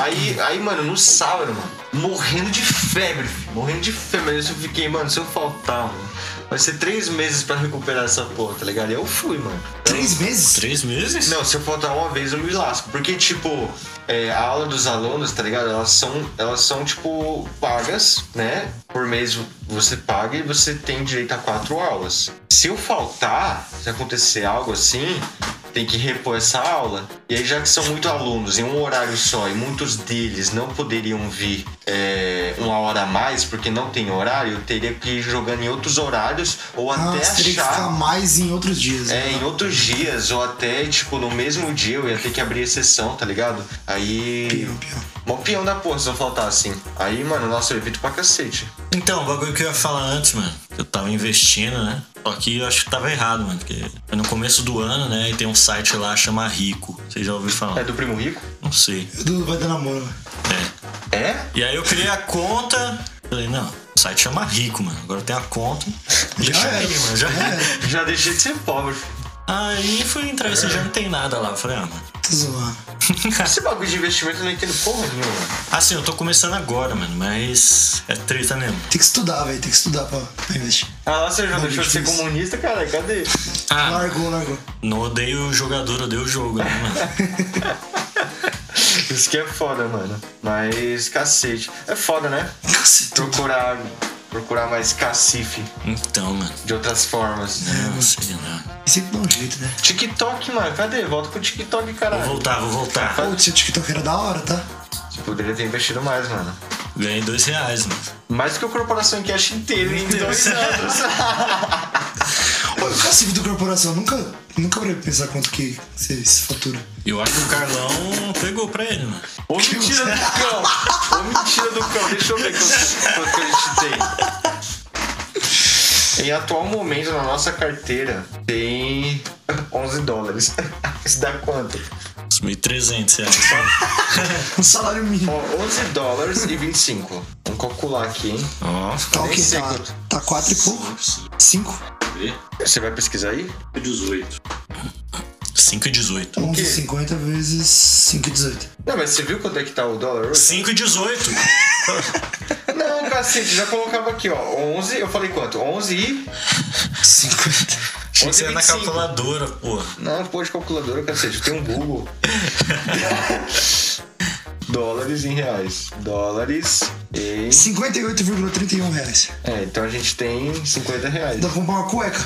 [SPEAKER 2] Aí, aí, mano, no sábado, mano, morrendo de febre, filho, morrendo de febre. Aí eu fiquei, mano, se eu faltar, mano, vai ser três meses pra recuperar essa porra, tá ligado? E eu fui, mano.
[SPEAKER 3] Três meses?
[SPEAKER 1] Três meses?
[SPEAKER 2] Não, se eu faltar uma vez eu me lasco. Porque, tipo, é, a aula dos alunos, tá ligado? Elas são, elas são, tipo, pagas, né? Por mês você paga e você tem direito a quatro aulas. Se eu faltar, se acontecer algo assim, tem que repor essa aula. E aí, já que são muitos alunos em um horário só e muitos deles não poderiam vir é, uma hora a mais porque não tem horário, eu teria que ir jogando em outros horários ou
[SPEAKER 3] Ah,
[SPEAKER 2] até
[SPEAKER 3] você teria que
[SPEAKER 2] achar.
[SPEAKER 3] ficar mais em outros dias. né?
[SPEAKER 2] É, em outros dias, ou até, tipo, no mesmo dia eu ia ter que abrir exceção, tá ligado? Aí.
[SPEAKER 3] Pior, pior.
[SPEAKER 2] Mó peão da porra se eu faltar assim. Aí, mano, nossa, eu evito pra cacete.
[SPEAKER 1] Então, o bagulho que eu ia falar antes, mano, que eu tava investindo, né? Só que eu acho que tava errado, mano, porque foi no começo do ano, né? E tem um site lá chama Rico. Vocês já ouviram
[SPEAKER 2] É
[SPEAKER 1] falar?
[SPEAKER 2] do primo rico?
[SPEAKER 1] Não sei.
[SPEAKER 3] Dudu vai dar namoro.
[SPEAKER 1] É.
[SPEAKER 2] É?
[SPEAKER 1] E aí eu criei a conta. Falei, não, o site chama Rico, mano. Agora tem a conta. Deixa
[SPEAKER 3] era.
[SPEAKER 1] aí, mano. Já...
[SPEAKER 3] É.
[SPEAKER 2] Já deixei de ser pobre.
[SPEAKER 1] assim, Aí fui entrar esse já não tem nada lá. Falei, ah, mano.
[SPEAKER 3] Tá zoando.
[SPEAKER 2] Esse bagulho de investimento eu não entendo porra nenhuma.
[SPEAKER 1] Assim, eu tô começando agora, mano, mas é treta mesmo.
[SPEAKER 3] Tem que estudar, velho. Tem que estudar pra, pra investir.
[SPEAKER 2] Ah, lá, você já
[SPEAKER 3] Não,
[SPEAKER 2] deixou de ser
[SPEAKER 3] difícil.
[SPEAKER 2] comunista, cara? Cadê?
[SPEAKER 1] Ah,
[SPEAKER 3] Largou, largou.
[SPEAKER 1] não odeio o jogador, odeio o jogo, né, mano?
[SPEAKER 2] Isso que é foda, mano. Mas cacete. É foda, né?
[SPEAKER 3] Cacetou.
[SPEAKER 2] Procurar, procurar mais cacife
[SPEAKER 1] Então, mano,
[SPEAKER 2] de outras formas.
[SPEAKER 3] É.
[SPEAKER 1] não sei não.
[SPEAKER 3] E sempre dá um jeito, né?
[SPEAKER 2] TikTok, mano, cadê? Volta com o TikTok, caralho.
[SPEAKER 1] Vou voltar, vou voltar.
[SPEAKER 3] Pô, o seu TikTok era da hora, tá?
[SPEAKER 2] Você poderia ter investido mais, mano.
[SPEAKER 1] Ganhei dois reais, mano.
[SPEAKER 2] Mais do que a corporação em cash inteira em dois anos.
[SPEAKER 3] Pô, o cacife do corporação, nunca, nunca parei pra pensar quanto que você se fatura.
[SPEAKER 1] Eu acho que o Carlão pegou pra ele, mano.
[SPEAKER 2] Ô, mentira do cão! Ô, mentira do cão! Deixa eu ver quanto quanto que a gente tem. Em atual momento, na nossa carteira, tem 11 dólares. Isso dá quanto?
[SPEAKER 1] Uns 1.300 reais.
[SPEAKER 3] Um salário mínimo.
[SPEAKER 2] Ó, 11 dólares e 25. Vamos calcular aqui, hein?
[SPEAKER 1] Ó,
[SPEAKER 3] Tá o
[SPEAKER 2] nem
[SPEAKER 3] quê?
[SPEAKER 2] sei quanto.
[SPEAKER 3] Tá, tá quatro e pouco? Cinco?
[SPEAKER 2] Você vai pesquisar aí?
[SPEAKER 1] 18. 5 e 18.
[SPEAKER 3] Onze e cinquenta vezes cinco e dezoito.
[SPEAKER 2] Não, mas você viu quanto é que tá o dólar hoje?
[SPEAKER 1] 5 e 18.
[SPEAKER 2] Não, cacete, já colocava aqui, ó. 11, eu falei quanto? 11 e...
[SPEAKER 3] Cinquenta.
[SPEAKER 1] Tinha que ser é na
[SPEAKER 2] 11,25.
[SPEAKER 1] calculadora, porra.
[SPEAKER 2] Não, pô, de calculadora, cacete, tem um Google. dólares em reais. Dólares em.
[SPEAKER 3] Cinquenta e oito vírgula trinta e um reais.
[SPEAKER 2] É, então a gente tem 50 reais.
[SPEAKER 3] Dá pra comprar uma cueca.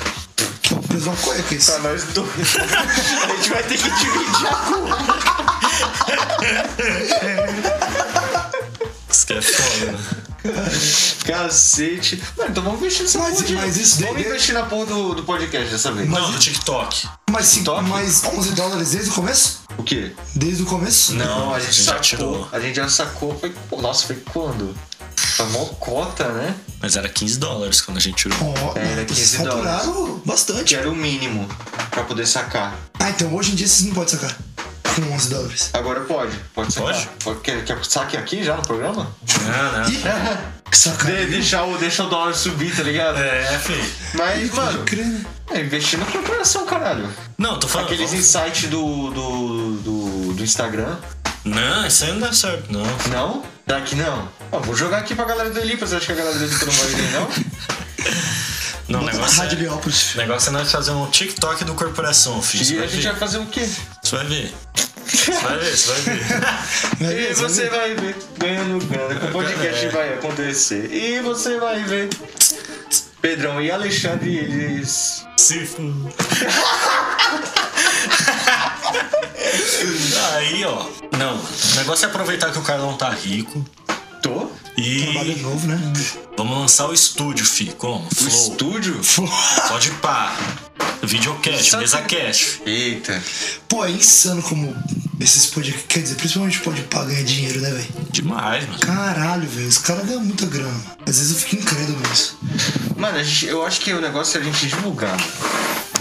[SPEAKER 3] Que é o preço de uma cueca, isso.
[SPEAKER 2] Pra nós dois. a gente vai ter que dividir a conta.
[SPEAKER 1] Isso que é foda, mano.
[SPEAKER 2] Cacete. Mano, então vamos investir nessa
[SPEAKER 3] Mas-
[SPEAKER 2] porra. de-
[SPEAKER 3] mas isso
[SPEAKER 2] vamos
[SPEAKER 3] daí-
[SPEAKER 2] investir na porra do, do podcast dessa vez.
[SPEAKER 1] Não, do TikTok.
[SPEAKER 3] Mais, cinco,
[SPEAKER 2] Top.
[SPEAKER 3] mais 11 dólares desde o começo?
[SPEAKER 2] O quê?
[SPEAKER 3] Desde o começo?
[SPEAKER 1] Não,
[SPEAKER 2] a gente
[SPEAKER 1] já
[SPEAKER 2] sacou.
[SPEAKER 1] tirou.
[SPEAKER 2] A gente já sacou. Foi... pô, Nossa, foi quando? Foi mó cota, né?
[SPEAKER 1] Mas era 15 dólares quando a gente tirou.
[SPEAKER 3] Ó,
[SPEAKER 2] Era
[SPEAKER 3] não,
[SPEAKER 2] 15
[SPEAKER 3] vocês faturaram
[SPEAKER 2] Que
[SPEAKER 3] bastante.
[SPEAKER 2] era o mínimo pra poder sacar.
[SPEAKER 3] Ah, então hoje em dia vocês não podem sacar com 11 dólares.
[SPEAKER 2] Agora pode. Pode sacar.
[SPEAKER 1] Pode?
[SPEAKER 2] Quer, quer saque aqui já no programa?
[SPEAKER 1] Não, não.
[SPEAKER 3] Que sacanagem.
[SPEAKER 2] De- deixar, o, deixar o dólar subir, tá ligado?
[SPEAKER 1] É, filho.
[SPEAKER 2] Mas, mano,
[SPEAKER 3] Crer, né?
[SPEAKER 2] é investir na corporação, caralho.
[SPEAKER 1] Não, tô falando.
[SPEAKER 2] Aqueles
[SPEAKER 1] vamos-
[SPEAKER 2] insights do, do, do, do Instagram.
[SPEAKER 1] Não, isso aí não dá certo, não.
[SPEAKER 2] Não? Será que não? Ó, vou jogar aqui pra galera do Elipas. Acho que a galera do Elipas não vai ver, não?
[SPEAKER 1] Não, o
[SPEAKER 3] Bota na
[SPEAKER 1] negócio
[SPEAKER 3] Rádio
[SPEAKER 1] é...
[SPEAKER 3] Bial pro
[SPEAKER 1] O negócio é nós fazer um TikTok do corporação, filho. Você
[SPEAKER 2] E
[SPEAKER 1] vai
[SPEAKER 2] a gente vai
[SPEAKER 1] ver.
[SPEAKER 2] fazer o quê?
[SPEAKER 1] Você vai ver. Você vai ver, você vai ver.
[SPEAKER 3] é
[SPEAKER 2] E você vai ver. Ganhando grana. O podcast
[SPEAKER 1] É.
[SPEAKER 2] vai acontecer. E você vai ver. Pedrão e Alexandre, eles...
[SPEAKER 1] Se... Aí, ó. Não, o negócio é aproveitar que o Carlão tá rico
[SPEAKER 2] Tô?
[SPEAKER 3] Trabalho
[SPEAKER 1] e
[SPEAKER 3] novo, né?
[SPEAKER 1] vamos lançar o estúdio, fi. Como?
[SPEAKER 2] O
[SPEAKER 1] Flow,
[SPEAKER 2] estúdio?
[SPEAKER 1] pode pá. Videocast,
[SPEAKER 2] Sabe- é
[SPEAKER 1] mesacast.
[SPEAKER 2] Eita.
[SPEAKER 3] Pô, é insano como esses podcasts. Quer dizer, principalmente pode pagar dinheiro, né, velho?
[SPEAKER 1] Demais, mano.
[SPEAKER 3] Caralho, velho. Os caras ganham muita grana. Às vezes eu fico incrédulo nisso.
[SPEAKER 2] Mano, a gente- eu acho que o negócio é a gente divulgar. né?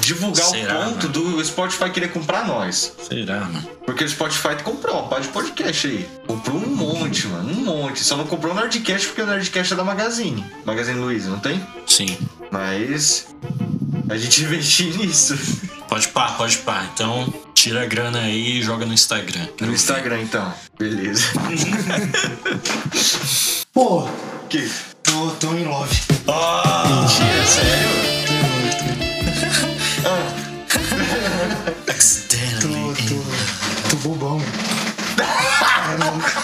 [SPEAKER 2] Divulgar
[SPEAKER 1] Será,
[SPEAKER 2] o ponto do Spotify querer comprar nós.
[SPEAKER 1] Será, mano?
[SPEAKER 2] Porque o Spotify comprou uma pá de podcast aí. Comprou um monte, mano. Um monte. Só não comprou o Nerdcast porque o Nerdcast é da Magazine. Magazine Luiza, não tem?
[SPEAKER 1] Sim.
[SPEAKER 2] Mas. A gente investir nisso.
[SPEAKER 1] Pode pá, pode pá. Então, tira a grana aí e joga no Instagram.
[SPEAKER 2] No Instagram, então. Beleza.
[SPEAKER 3] Pô,
[SPEAKER 2] Que?
[SPEAKER 3] tô, tô em love. Ah.
[SPEAKER 2] Mentira, sério?
[SPEAKER 3] Tô em love. Tô,
[SPEAKER 1] Accidentally.
[SPEAKER 3] tô, tô bobão. Caraca.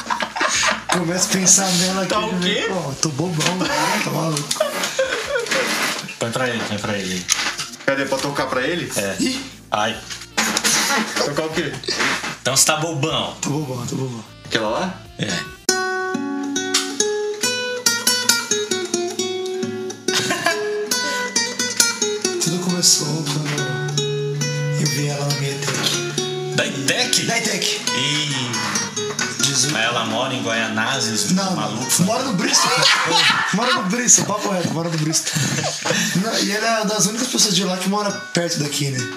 [SPEAKER 3] Começo a pensar nela aqui.
[SPEAKER 2] Tá
[SPEAKER 3] né,
[SPEAKER 2] o quê?
[SPEAKER 3] Pô, tô bobão, velho. Tá maluco.
[SPEAKER 1] Põe pra ele, põe pra ele.
[SPEAKER 2] Cadê? Pra tocar pra ele?
[SPEAKER 1] É.
[SPEAKER 3] Ih,
[SPEAKER 1] Ai.
[SPEAKER 2] Tocar o quê?
[SPEAKER 1] Então você tá bobão.
[SPEAKER 3] tô bobão, tô bobão.
[SPEAKER 2] Aquela lá?
[SPEAKER 1] É.
[SPEAKER 3] Tudo começou quando eu vi ela na minha tech.
[SPEAKER 1] Da Itec?
[SPEAKER 3] Da tech.
[SPEAKER 1] E
[SPEAKER 3] 18.
[SPEAKER 1] mas ela mora em Guaianazes,
[SPEAKER 3] Não,
[SPEAKER 1] É. maluco.
[SPEAKER 3] mora no Bristol. cara. mora no Bristol, papo reto, mora no Bristol. Não, e ela é das únicas pessoas de lá que mora perto daqui, né?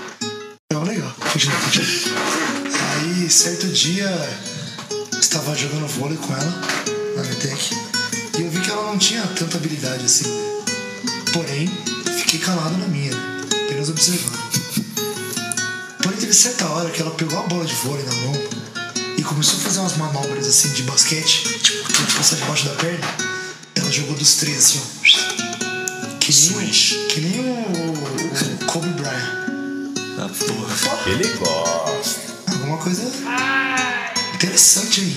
[SPEAKER 3] Então, legal. Continua, continua. Aí, certo dia, eu estava jogando vôlei com ela na Netec. E eu vi que ela não tinha tanta habilidade assim. né? Porém, fiquei calado na minha, né? apenas observando. Porém, teve certa hora que ela pegou a bola de vôlei na mão e começou a fazer umas manobras assim de basquete, tipo, tinha que passar debaixo da perna. Ela jogou dos três assim, ó. Que nem,
[SPEAKER 1] Swish.
[SPEAKER 3] que nem o, o Kobe Bryant.
[SPEAKER 1] Ah, porra.
[SPEAKER 2] Ele gosta.
[SPEAKER 3] Alguma coisa interessante aí.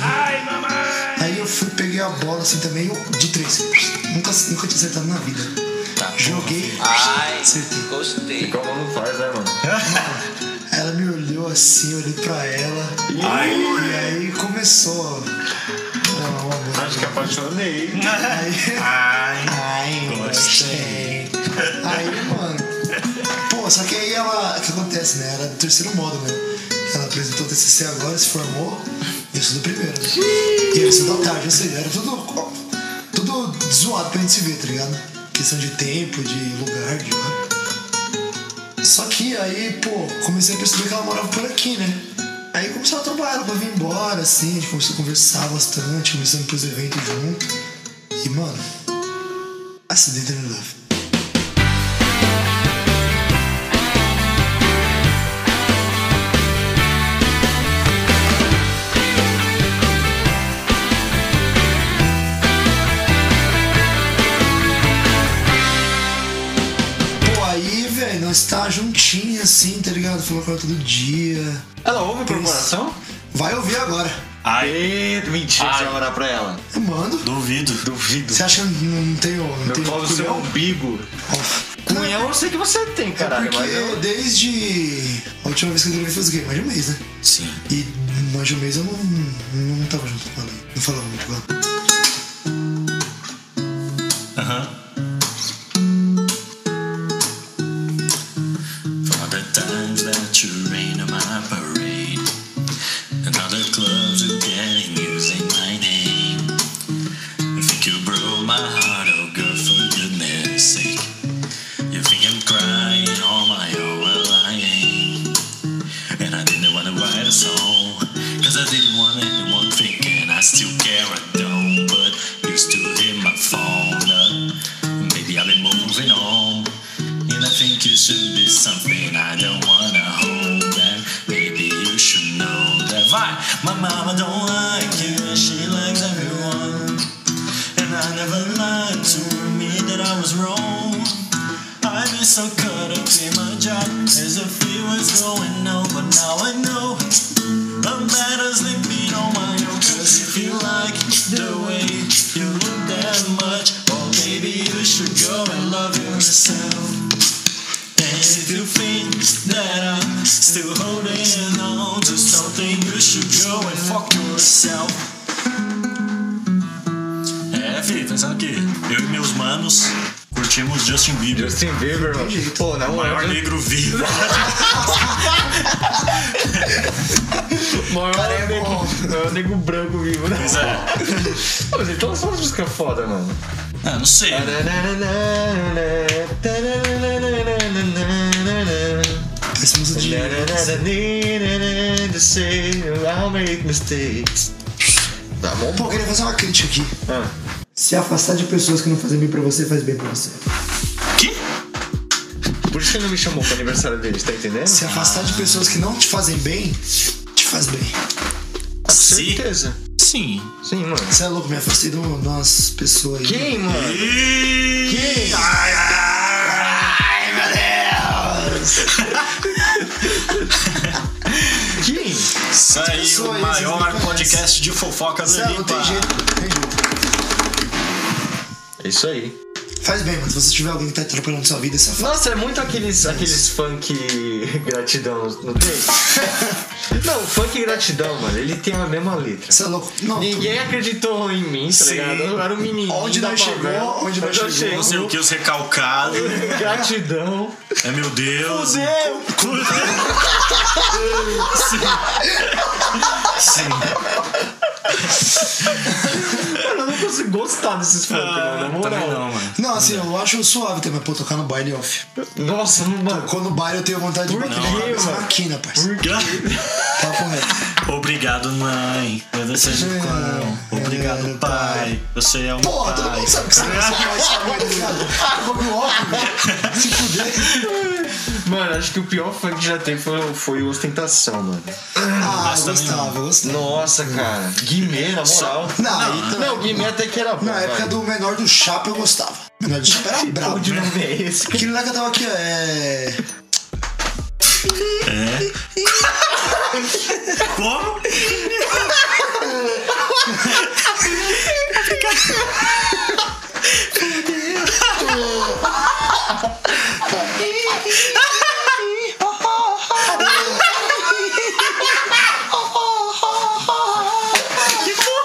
[SPEAKER 3] Aí eu fui, peguei a bola assim também, eu- de três. Nunca, nunca tinha acertado na vida. Joguei,
[SPEAKER 4] Ai,
[SPEAKER 3] acertei.
[SPEAKER 4] gostei.
[SPEAKER 2] Igual o mundo faz, né, mano?
[SPEAKER 3] Ela me olhou assim, eu olhei pra ela. E aí começou. Não, amor.
[SPEAKER 2] Acho que apaixonei.
[SPEAKER 3] Aí,
[SPEAKER 2] Ai.
[SPEAKER 3] ai, gostei. Aí, mano. Pô, só que aí ela. O que acontece, né? Ela é do terceiro modo, né? Ela apresentou o TCC agora, se formou. E eu sou do primeiro. né? E eu sou da tarde, ou seja, era tudo. ó, Tudo zoado pra gente se ver, tá ligado? Questão de tempo, de lugar, de. hora. Só que aí, pô, comecei a perceber que ela morava por aqui, né? Aí começou a trabalhar ela pra vir embora, assim, a gente começou a conversar bastante, começamos pros eventos junto. E, mano, acidente in love. Pô, aí, velho, nós tá juntinho assim, tá ligado? Falando com ela todo dia.
[SPEAKER 6] Ela ouve por coração?
[SPEAKER 3] Vai ouvir agora.
[SPEAKER 1] Ai,
[SPEAKER 2] Eita, mentira,
[SPEAKER 1] Ai.
[SPEAKER 2] você vai morar pra ela.
[SPEAKER 3] Eu mando.
[SPEAKER 1] duvido.
[SPEAKER 2] Duvido.
[SPEAKER 3] Você acha que eu não não tenho. Não
[SPEAKER 2] Meu
[SPEAKER 3] tenho
[SPEAKER 2] pau no seu
[SPEAKER 3] culhão?
[SPEAKER 2] é um umbigo. Cunhão eu sei que você tem, caralho,
[SPEAKER 3] É Porque
[SPEAKER 2] mas eu...
[SPEAKER 3] desde a última vez que eu gravei faz o quê? Mais de um mês, né?
[SPEAKER 1] Sim.
[SPEAKER 3] E mais de um mês eu não, não tava junto com ela. Não falava muito com ela.
[SPEAKER 1] Aham. For all the times that you rain on my parade, and all the clubs are getting using my name. You think you broke my heart, oh girl, for goodness sake. You think I'm crying on my own, well, I ain't. And I didn't wanna write a song, cause I didn't want anyone thinking I still care, I don't. But you still hit my phone up. Maybe I've been moving on. And I think you should be something I don't wanna hold back. Maybe you should know that why my mama don't like you and she likes everyone. And I never lied to admit that I was wrong. I've been so caught up in my job as if it was going on, but now I know I'm better sleeping on my own. Cause if you like the way you look that much, oh baby, you should go and love yourself. And if you think that I'm still holding on to something, you should go and fuck yourself. É, filho, pensando que eu e meus manos curtimos Justin Bieber.
[SPEAKER 2] Justin Bieber, mano. Pô, na
[SPEAKER 1] O
[SPEAKER 2] moral,
[SPEAKER 1] maior negro vivo.
[SPEAKER 2] maior nego, maior nego branco vivo, né?
[SPEAKER 1] Pois é.
[SPEAKER 2] Pô, Mas então são as músicas foda, mano.
[SPEAKER 1] Ah, não sei. né?
[SPEAKER 3] Parece música de.
[SPEAKER 2] I'll make mistakes. Tá bom?
[SPEAKER 3] Pô, eu queria fazer uma crítica aqui.
[SPEAKER 2] Ah.
[SPEAKER 3] Se afastar de pessoas que não fazem bem pra você, faz bem pra você.
[SPEAKER 1] Que?
[SPEAKER 2] Por isso que ele não me chamou pro aniversário deles, tá entendendo?
[SPEAKER 3] Se afastar de pessoas que não te fazem bem, te faz bem.
[SPEAKER 1] Sim.
[SPEAKER 2] Certeza.
[SPEAKER 1] Sim.
[SPEAKER 2] Sim, mano.
[SPEAKER 3] Você é louco, me afastei de um- de umas pessoas aí.
[SPEAKER 2] Quem, mano?
[SPEAKER 1] Quem? Ai,
[SPEAKER 2] Quem?
[SPEAKER 1] Saiu
[SPEAKER 3] pessoas
[SPEAKER 1] o
[SPEAKER 3] aí, vocês
[SPEAKER 1] maior
[SPEAKER 3] não
[SPEAKER 1] podcast de fofoca do
[SPEAKER 3] Cê é louco,
[SPEAKER 1] Limpa.
[SPEAKER 3] tem jeito, tem jeito.
[SPEAKER 2] É isso aí.
[SPEAKER 3] Faz bem, mano. Se você tiver alguém que tá atrapalhando sua vida, se afasta.
[SPEAKER 2] Nossa, é muito aqueles, aqueles funk gratidão, não tem? não, funk gratidão, mano, ele tem a mesma letra.
[SPEAKER 3] Você é louco. Não,
[SPEAKER 2] Ninguém acreditou em mim, tá
[SPEAKER 1] Sim.
[SPEAKER 2] ligado? Eu era um menino.
[SPEAKER 3] Onde
[SPEAKER 2] da
[SPEAKER 3] nós chegou,
[SPEAKER 2] favela.
[SPEAKER 3] onde nós
[SPEAKER 2] eu
[SPEAKER 3] chegou.
[SPEAKER 1] Não sei o que, os recalcados.
[SPEAKER 2] Gratidão.
[SPEAKER 1] É meu Deus.
[SPEAKER 2] Fudeu!
[SPEAKER 1] Sim.
[SPEAKER 2] Mano, eu não consigo gostar desses funk, mano, na
[SPEAKER 1] Também
[SPEAKER 2] moral.
[SPEAKER 1] não, mano.
[SPEAKER 3] Não, assim, eu acho suave também, pô, tocar no baile off.
[SPEAKER 2] Nossa, não, mano.
[SPEAKER 3] Quando no baile eu tenho vontade de
[SPEAKER 2] Por
[SPEAKER 3] bater
[SPEAKER 2] quê,
[SPEAKER 3] na cabeça
[SPEAKER 2] mano?
[SPEAKER 3] na quina, parceiro. Papo reto.
[SPEAKER 1] Obrigado, mãe. Eu desejo
[SPEAKER 3] É,
[SPEAKER 1] quão. um Obrigado,
[SPEAKER 3] é,
[SPEAKER 1] pai. Você é um
[SPEAKER 3] Porra, todo
[SPEAKER 1] pai.
[SPEAKER 3] é
[SPEAKER 1] Ah,
[SPEAKER 3] assim. né? mundo sabe que você não sabe mais sua mãe, tá ligado? Eu vou pro óculos, se fuder.
[SPEAKER 2] Mano, acho que o pior funk que já teve foi, foi o Ostentação, mano.
[SPEAKER 3] Ah,
[SPEAKER 1] Mas
[SPEAKER 3] eu
[SPEAKER 1] também
[SPEAKER 3] gostava, eu gostava.
[SPEAKER 2] Nossa, cara. Guimê, na moral.
[SPEAKER 3] Não, aí
[SPEAKER 2] Não,
[SPEAKER 3] também-
[SPEAKER 2] não, Guimê até que era bom.
[SPEAKER 3] Na época
[SPEAKER 2] vai.
[SPEAKER 3] do menor do Chapa eu gostava. O menor do Chapa era brabo.
[SPEAKER 2] Onde não é esse?
[SPEAKER 3] Aquele lá que eu tava aqui, ó, é.
[SPEAKER 1] Como?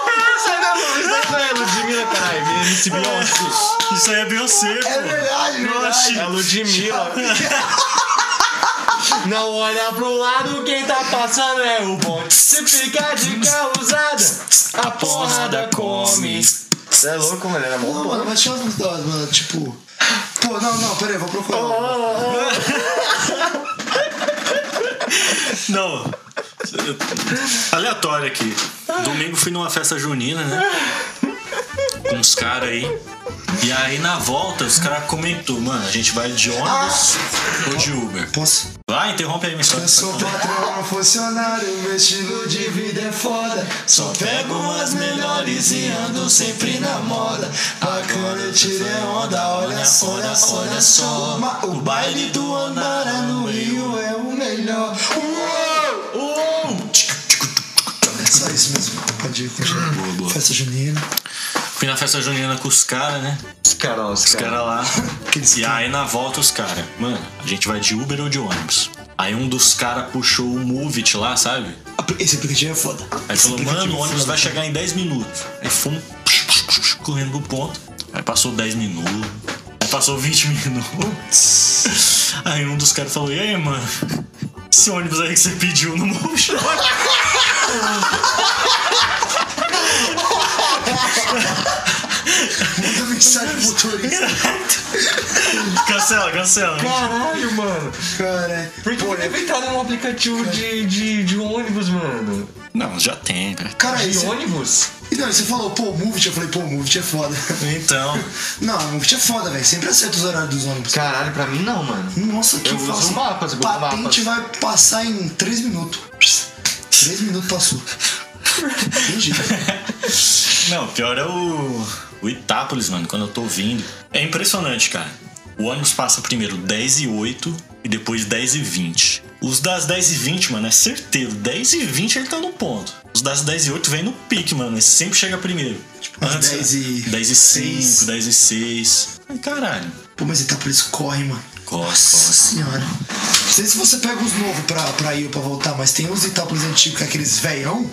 [SPEAKER 2] Não é Ludmilla, caralho. Menina MC Beyoncé.
[SPEAKER 1] Isso aí é Beyoncé, pô.
[SPEAKER 3] É verdade, verdade.
[SPEAKER 2] É Ludmilla. Não olha pro lado, quem tá passando é o bonde. Se ficar de carro usada, a porrada come. Você é louco, mano? Era
[SPEAKER 3] Não, mano, mas tinha umas doses, mano, tipo. Pô, não, não, pera aí, vou procurar.
[SPEAKER 1] Não. Aleatório aqui. Domingo fui numa festa junina, né? Com os caras aí. E aí na volta os caras comentou, mano, a gente vai de ônibus
[SPEAKER 3] Ah.
[SPEAKER 1] ou de Uber.
[SPEAKER 3] Posso?
[SPEAKER 1] Vai, interrompe aí minha história.
[SPEAKER 3] Eu sou patrão, um funcionário, meu estilo de vida é foda. Só pego as melhores e ando sempre na moda. Bacana, eu tirei onda, olha só, olha, só, olha só. Ma- O baile do Andara no Rio é o melhor. Uou! É só isso mesmo. Pode continuar.
[SPEAKER 1] Boa, boa.
[SPEAKER 3] Festa junina.
[SPEAKER 1] Fui na festa junina com os caras, né?
[SPEAKER 2] Os caras, os
[SPEAKER 1] Os
[SPEAKER 2] caras.
[SPEAKER 1] caras lá.
[SPEAKER 3] Aqueles
[SPEAKER 1] E aí na volta os caras, mano, a gente vai de Uber ou de ônibus. Aí um dos caras puxou o Movit lá, sabe?
[SPEAKER 3] Esse aplicativo é foda.
[SPEAKER 1] Aí
[SPEAKER 3] Esse
[SPEAKER 1] falou, mano,
[SPEAKER 3] aplicativo
[SPEAKER 1] o
[SPEAKER 3] é
[SPEAKER 1] ônibus
[SPEAKER 3] foda.
[SPEAKER 1] vai chegar em 10 minutos. Aí fomos correndo pro ponto. Aí passou 10 minutos. Aí passou 20 minutos. Aí um dos caras falou, e aí, mano? Esse ônibus aí que você pediu não move
[SPEAKER 3] Manda mensagem
[SPEAKER 1] é
[SPEAKER 3] pro motorista.
[SPEAKER 1] Cancela, cancela.
[SPEAKER 2] Caralho, mano.
[SPEAKER 3] Cara, é-
[SPEAKER 2] Por que
[SPEAKER 3] pô,
[SPEAKER 2] eu deve entrar num aplicativo de, de, de ônibus, mano?
[SPEAKER 1] Não, já tem, cara.
[SPEAKER 3] Cara,
[SPEAKER 2] De
[SPEAKER 3] esse...
[SPEAKER 2] ônibus?
[SPEAKER 3] E não, você falou, pô, Movit, eu falei, pô, Movit é foda.
[SPEAKER 1] Então,
[SPEAKER 3] Não, Movit é foda, velho. Sempre acerta os horários dos ônibus.
[SPEAKER 2] Caralho, pra mim não, mano.
[SPEAKER 3] Nossa, que
[SPEAKER 2] Eu uso
[SPEAKER 3] fácil.
[SPEAKER 2] mapas, eu uso
[SPEAKER 3] Patente vai passar em 3 minutos. 3 minutos passou. Entendi.
[SPEAKER 1] não, pior é o, o Itápolis, mano, quando eu tô vindo. É impressionante, cara. O ônibus passa primeiro 10 e 8 e depois 10 e 20. Os das 10 e 20, mano, é certeiro. 10 e 20 ele tá no ponto. Os das 10 e 8 vem no pique, mano. Ele sempre chega primeiro. Tipo,
[SPEAKER 3] as 10 e
[SPEAKER 1] 10 e 5,
[SPEAKER 3] seis.
[SPEAKER 1] 10 e 6. Ai, caralho.
[SPEAKER 3] Pô, mas Itápolis corre, mano. Nossa
[SPEAKER 1] Costa,
[SPEAKER 3] senhora. Não sei se você pega os novos pra, pra ir ou pra voltar, mas tem os Itápolis antigos, que é aqueles velhão,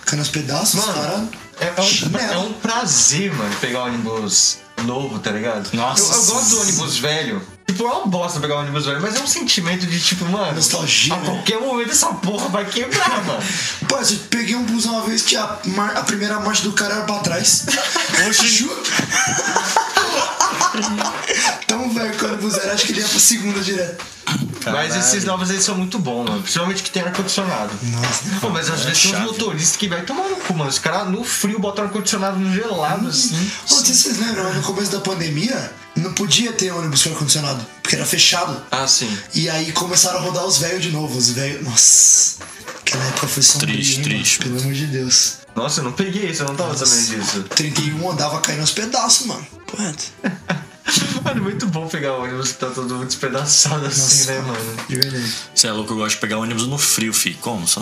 [SPEAKER 3] ficando os pedaços,
[SPEAKER 2] Mano,
[SPEAKER 3] cara.
[SPEAKER 2] É, é um,
[SPEAKER 3] Chinelo.
[SPEAKER 2] é um prazer, mano, pegar um ônibus novo, tá ligado?
[SPEAKER 1] Nossa.
[SPEAKER 2] Eu, eu gosto do ônibus velho. Tipo, é uma bosta pegar ônibus velho, mas é um sentimento de tipo, mano.
[SPEAKER 3] Nostalgia,
[SPEAKER 2] A
[SPEAKER 3] né?
[SPEAKER 2] qualquer momento essa porra vai quebrar, mano.
[SPEAKER 3] Pô, eu peguei um busão uma vez que a, mar- a primeira marcha do cara era pra trás. Hoje juro. Então, velho, quando o bus era, acho que ele ia pra segunda direto.
[SPEAKER 2] Mas esses novos eles são muito bons, mano. Principalmente que tem ar-condicionado.
[SPEAKER 3] Nossa.
[SPEAKER 2] Pô, mas às vezes tem
[SPEAKER 1] chave.
[SPEAKER 2] uns motoristas que vai tomar no cu, mano. Os caras no frio botam ar-condicionado no gelado, assim.
[SPEAKER 3] Não sei se vocês lembram, no começo da pandemia, não podia ter ônibus com ar-condicionado, porque era fechado.
[SPEAKER 2] Ah, sim.
[SPEAKER 3] E aí começaram a rodar os velhos de novo, os velhos. Nossa. Aquela época foi sombria,
[SPEAKER 1] Triste,
[SPEAKER 3] hein, mano?
[SPEAKER 1] triste.
[SPEAKER 3] Pelo amor de Deus.
[SPEAKER 2] Nossa, eu não peguei isso, eu não tava sabendo disso.
[SPEAKER 3] 31 andava caindo aos pedaços, mano. Quanto?
[SPEAKER 2] Mano, é muito bom pegar ônibus que tá todo mundo despedaçado assim, né, mano?
[SPEAKER 3] De verdade.
[SPEAKER 1] Você é louco, eu gosto de pegar ônibus no frio, fi. Como? Só.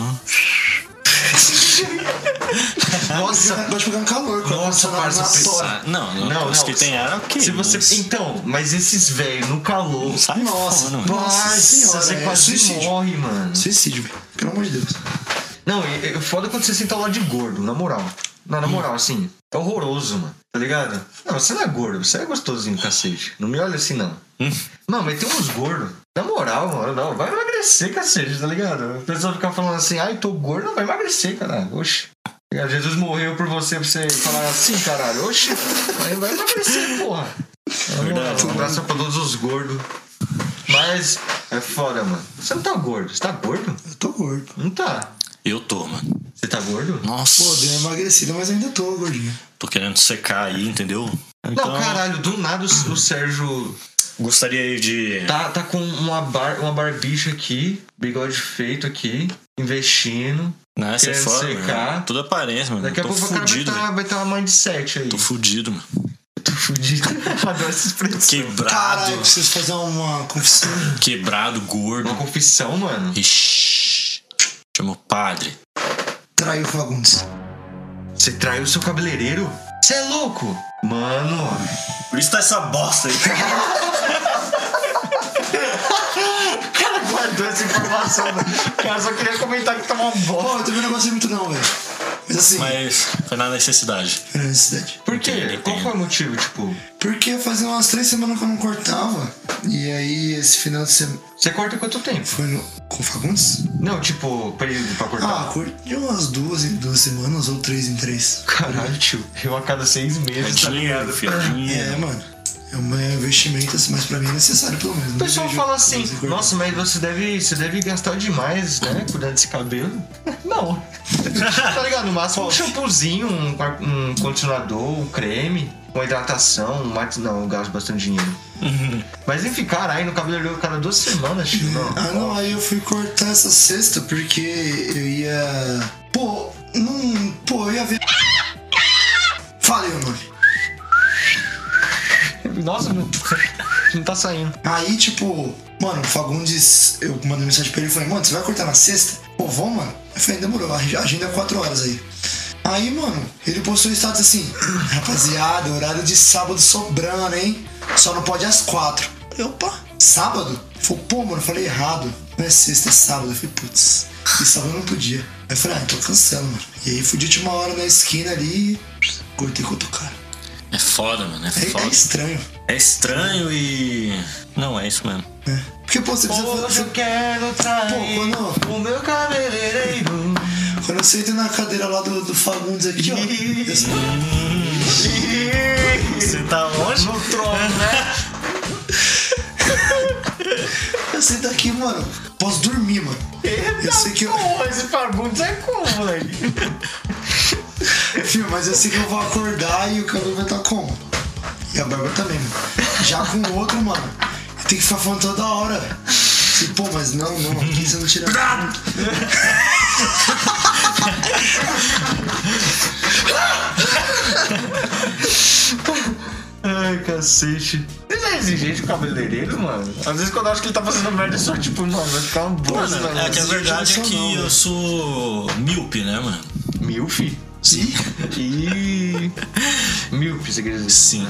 [SPEAKER 2] Nossa,
[SPEAKER 3] Pode pegar um calor, com
[SPEAKER 2] Nossa,
[SPEAKER 3] ar-condicionado na
[SPEAKER 2] parça,
[SPEAKER 3] tora.
[SPEAKER 1] Ah, não, não,
[SPEAKER 2] Não,
[SPEAKER 1] os
[SPEAKER 2] não.
[SPEAKER 1] que tem ar, ok.
[SPEAKER 2] se você.
[SPEAKER 1] mas-
[SPEAKER 2] Então, mas esses velhos no calor.
[SPEAKER 1] Sai
[SPEAKER 3] Nossa,
[SPEAKER 1] fora, mano.
[SPEAKER 3] nossa
[SPEAKER 2] Nossa
[SPEAKER 3] senhora,
[SPEAKER 2] você
[SPEAKER 3] é
[SPEAKER 2] quase
[SPEAKER 3] suicídio.
[SPEAKER 2] morre, mano.
[SPEAKER 3] Suicídio, velho. Pelo amor de Deus.
[SPEAKER 2] Não, e, e, foda quando você senta lá de gordo, na moral. Não, na moral, assim, é horroroso, mano. Tá ligado? Não, você não é gordo, você é gostosinho, cacete. Não me olha assim, não. Mano, mas tem uns gordos. Na moral, mano, não. Vai emagrecer, cacete, tá ligado? A pessoa fica falando assim, ai, tô gordo, vai emagrecer, caralho. Oxi. Jesus morreu por você pra você falar assim, caralho. Oxi, vai vai emagrecer, porra. Na moral,
[SPEAKER 1] Verdade.
[SPEAKER 2] Um abraço pra todos os gordos. Mas é foda, mano. Você não tá gordo. Você tá gordo?
[SPEAKER 3] Eu tô gordo.
[SPEAKER 2] Não tá.
[SPEAKER 1] Eu tô, mano.
[SPEAKER 2] Você tá gordo?
[SPEAKER 1] Nossa.
[SPEAKER 3] Pô, deu uma emagrecida, mas ainda tô gordinho.
[SPEAKER 2] Então-
[SPEAKER 1] Tô querendo secar aí, entendeu? Então,
[SPEAKER 2] Não, caralho, do nada o, o Sérgio
[SPEAKER 1] Gostaria de.
[SPEAKER 2] Tá, tá com uma, bar, uma barbicha aqui, bigode feito aqui, investindo.
[SPEAKER 1] Não, essa é
[SPEAKER 2] querendo
[SPEAKER 1] foda, mano.
[SPEAKER 2] secar.
[SPEAKER 1] Tudo aparência, mano.
[SPEAKER 2] Daqui a
[SPEAKER 1] Tô
[SPEAKER 2] pouco o cara vai
[SPEAKER 1] fudido,
[SPEAKER 2] estar
[SPEAKER 1] velho.
[SPEAKER 2] vai tá uma mindset aí.
[SPEAKER 1] Tô fudido, mano.
[SPEAKER 2] Tô fudido. Adoro essa expressão.
[SPEAKER 1] Quebrado.
[SPEAKER 3] Caralho, preciso fazer uma confissão.
[SPEAKER 1] Quebrado, gordo.
[SPEAKER 2] Uma confissão, mano.
[SPEAKER 1] Ixi. Chama o padre.
[SPEAKER 3] Traiu o Fagundes.
[SPEAKER 2] Você traiu seu cabeleireiro? Você é louco? Mano,
[SPEAKER 1] Por isso tá essa bosta aí.
[SPEAKER 2] guardou essa informação. mano. Cara, só queria comentar que tá uma bosta.
[SPEAKER 3] Pô, eu também não gostei muito não, velho. Mas assim,
[SPEAKER 1] Mas foi na necessidade.
[SPEAKER 3] era necessidade.
[SPEAKER 2] Por quê?
[SPEAKER 1] Entendo,
[SPEAKER 2] Qual
[SPEAKER 1] entendo.
[SPEAKER 2] foi o motivo, tipo?
[SPEAKER 3] Porque fazia umas três semanas que eu não cortava. E aí, esse final de semana.
[SPEAKER 2] Você corta quanto tempo?
[SPEAKER 3] Foi no... com o Fagundes?
[SPEAKER 2] Não, tipo, período pra
[SPEAKER 3] Ah,
[SPEAKER 2] cortar.
[SPEAKER 3] curti umas duas em duas semanas ou três em três.
[SPEAKER 2] Caralho, tio. Eu a cada seis
[SPEAKER 1] É
[SPEAKER 2] meses, tá
[SPEAKER 1] dinheiro,
[SPEAKER 2] ligado?
[SPEAKER 1] filho. É
[SPEAKER 3] É,
[SPEAKER 1] dinheiro.
[SPEAKER 3] mano. É um investimento, assim, mas pra mim é necessário pelo menos.
[SPEAKER 2] O pessoal fala assim,
[SPEAKER 3] nossa.
[SPEAKER 2] nossa, mas você deve, você deve gastar demais, né? Cuidar desse cabelo. Não. tá ligado? No máximo um shampoozinho, um, um condicionador, um creme, uma hidratação, um mate. Não, eu gasto bastante dinheiro.
[SPEAKER 3] Uhum.
[SPEAKER 2] mas enfim, caralho, no cabeleireiro cada duas semanas, tio. Não.
[SPEAKER 3] Ah, não, aí eu fui cortar essa sexta porque eu ia. Pô, não. Pô, eu ia ver. Falei o nome.
[SPEAKER 2] Nossa, não, não tá saindo.
[SPEAKER 3] Aí, tipo, mano, o Fagundes, eu mandei mensagem pra ele e falei, mano, você vai cortar na sexta? Pô, vou, mano. Eu falei, demorou, a agenda é 4 horas aí. Aí, mano, ele postou um status assim, rapaziada, horário de sábado sobrando, hein? Só não pode às quatro. Eu Falei, opa, sábado? Ele Falou, pô, mano, eu falei errado. Não é sexta, é sábado. Eu falei, putz, e sábado eu não podia. Aí eu falei, ah, então cancela, mano. E aí fui de última hora na esquina ali, cortei com outro cara.
[SPEAKER 1] É foda, mano. É
[SPEAKER 3] É, é
[SPEAKER 1] foda.
[SPEAKER 3] estranho,
[SPEAKER 1] É estranho e. Não, é isso mesmo.
[SPEAKER 3] né? Porque, pô, você precisa.
[SPEAKER 2] Hoje
[SPEAKER 3] você-
[SPEAKER 2] eu quero trair
[SPEAKER 3] Pô, quando-
[SPEAKER 2] o meu cabeleireiro.
[SPEAKER 3] Quando eu sento na cadeira lá do, do Fagundes aqui, ó. eu só-
[SPEAKER 1] Você tá longe?
[SPEAKER 2] No trono, né?
[SPEAKER 3] Eu sento aqui, mano. Posso dormir, mano. Eu sei que eu.
[SPEAKER 2] Porra, esse Fagundes é como, moleque?
[SPEAKER 3] Filho, mas eu sei que eu vou acordar e o cabelo vai estar como? E a barba também, mano. Já com o outro, mano. Eu tenho que ficar falando toda hora. Assim, pô, mas não, não, aqui você não tira.
[SPEAKER 2] Ai, cacete. Ele é exigente com o cabeleireiro, mano. Às vezes quando eu acho que ele tá fazendo merda, eu sou tipo, mano, vai ficar uma bosta.
[SPEAKER 1] Mano, é que a
[SPEAKER 3] Esse
[SPEAKER 1] verdade é
[SPEAKER 3] eu não sou
[SPEAKER 1] que
[SPEAKER 3] não,
[SPEAKER 1] eu
[SPEAKER 3] né?
[SPEAKER 1] sou míope, né, mano?
[SPEAKER 2] Milf?
[SPEAKER 3] Sim.
[SPEAKER 2] E... Milf, você quer dizer?
[SPEAKER 1] Sim.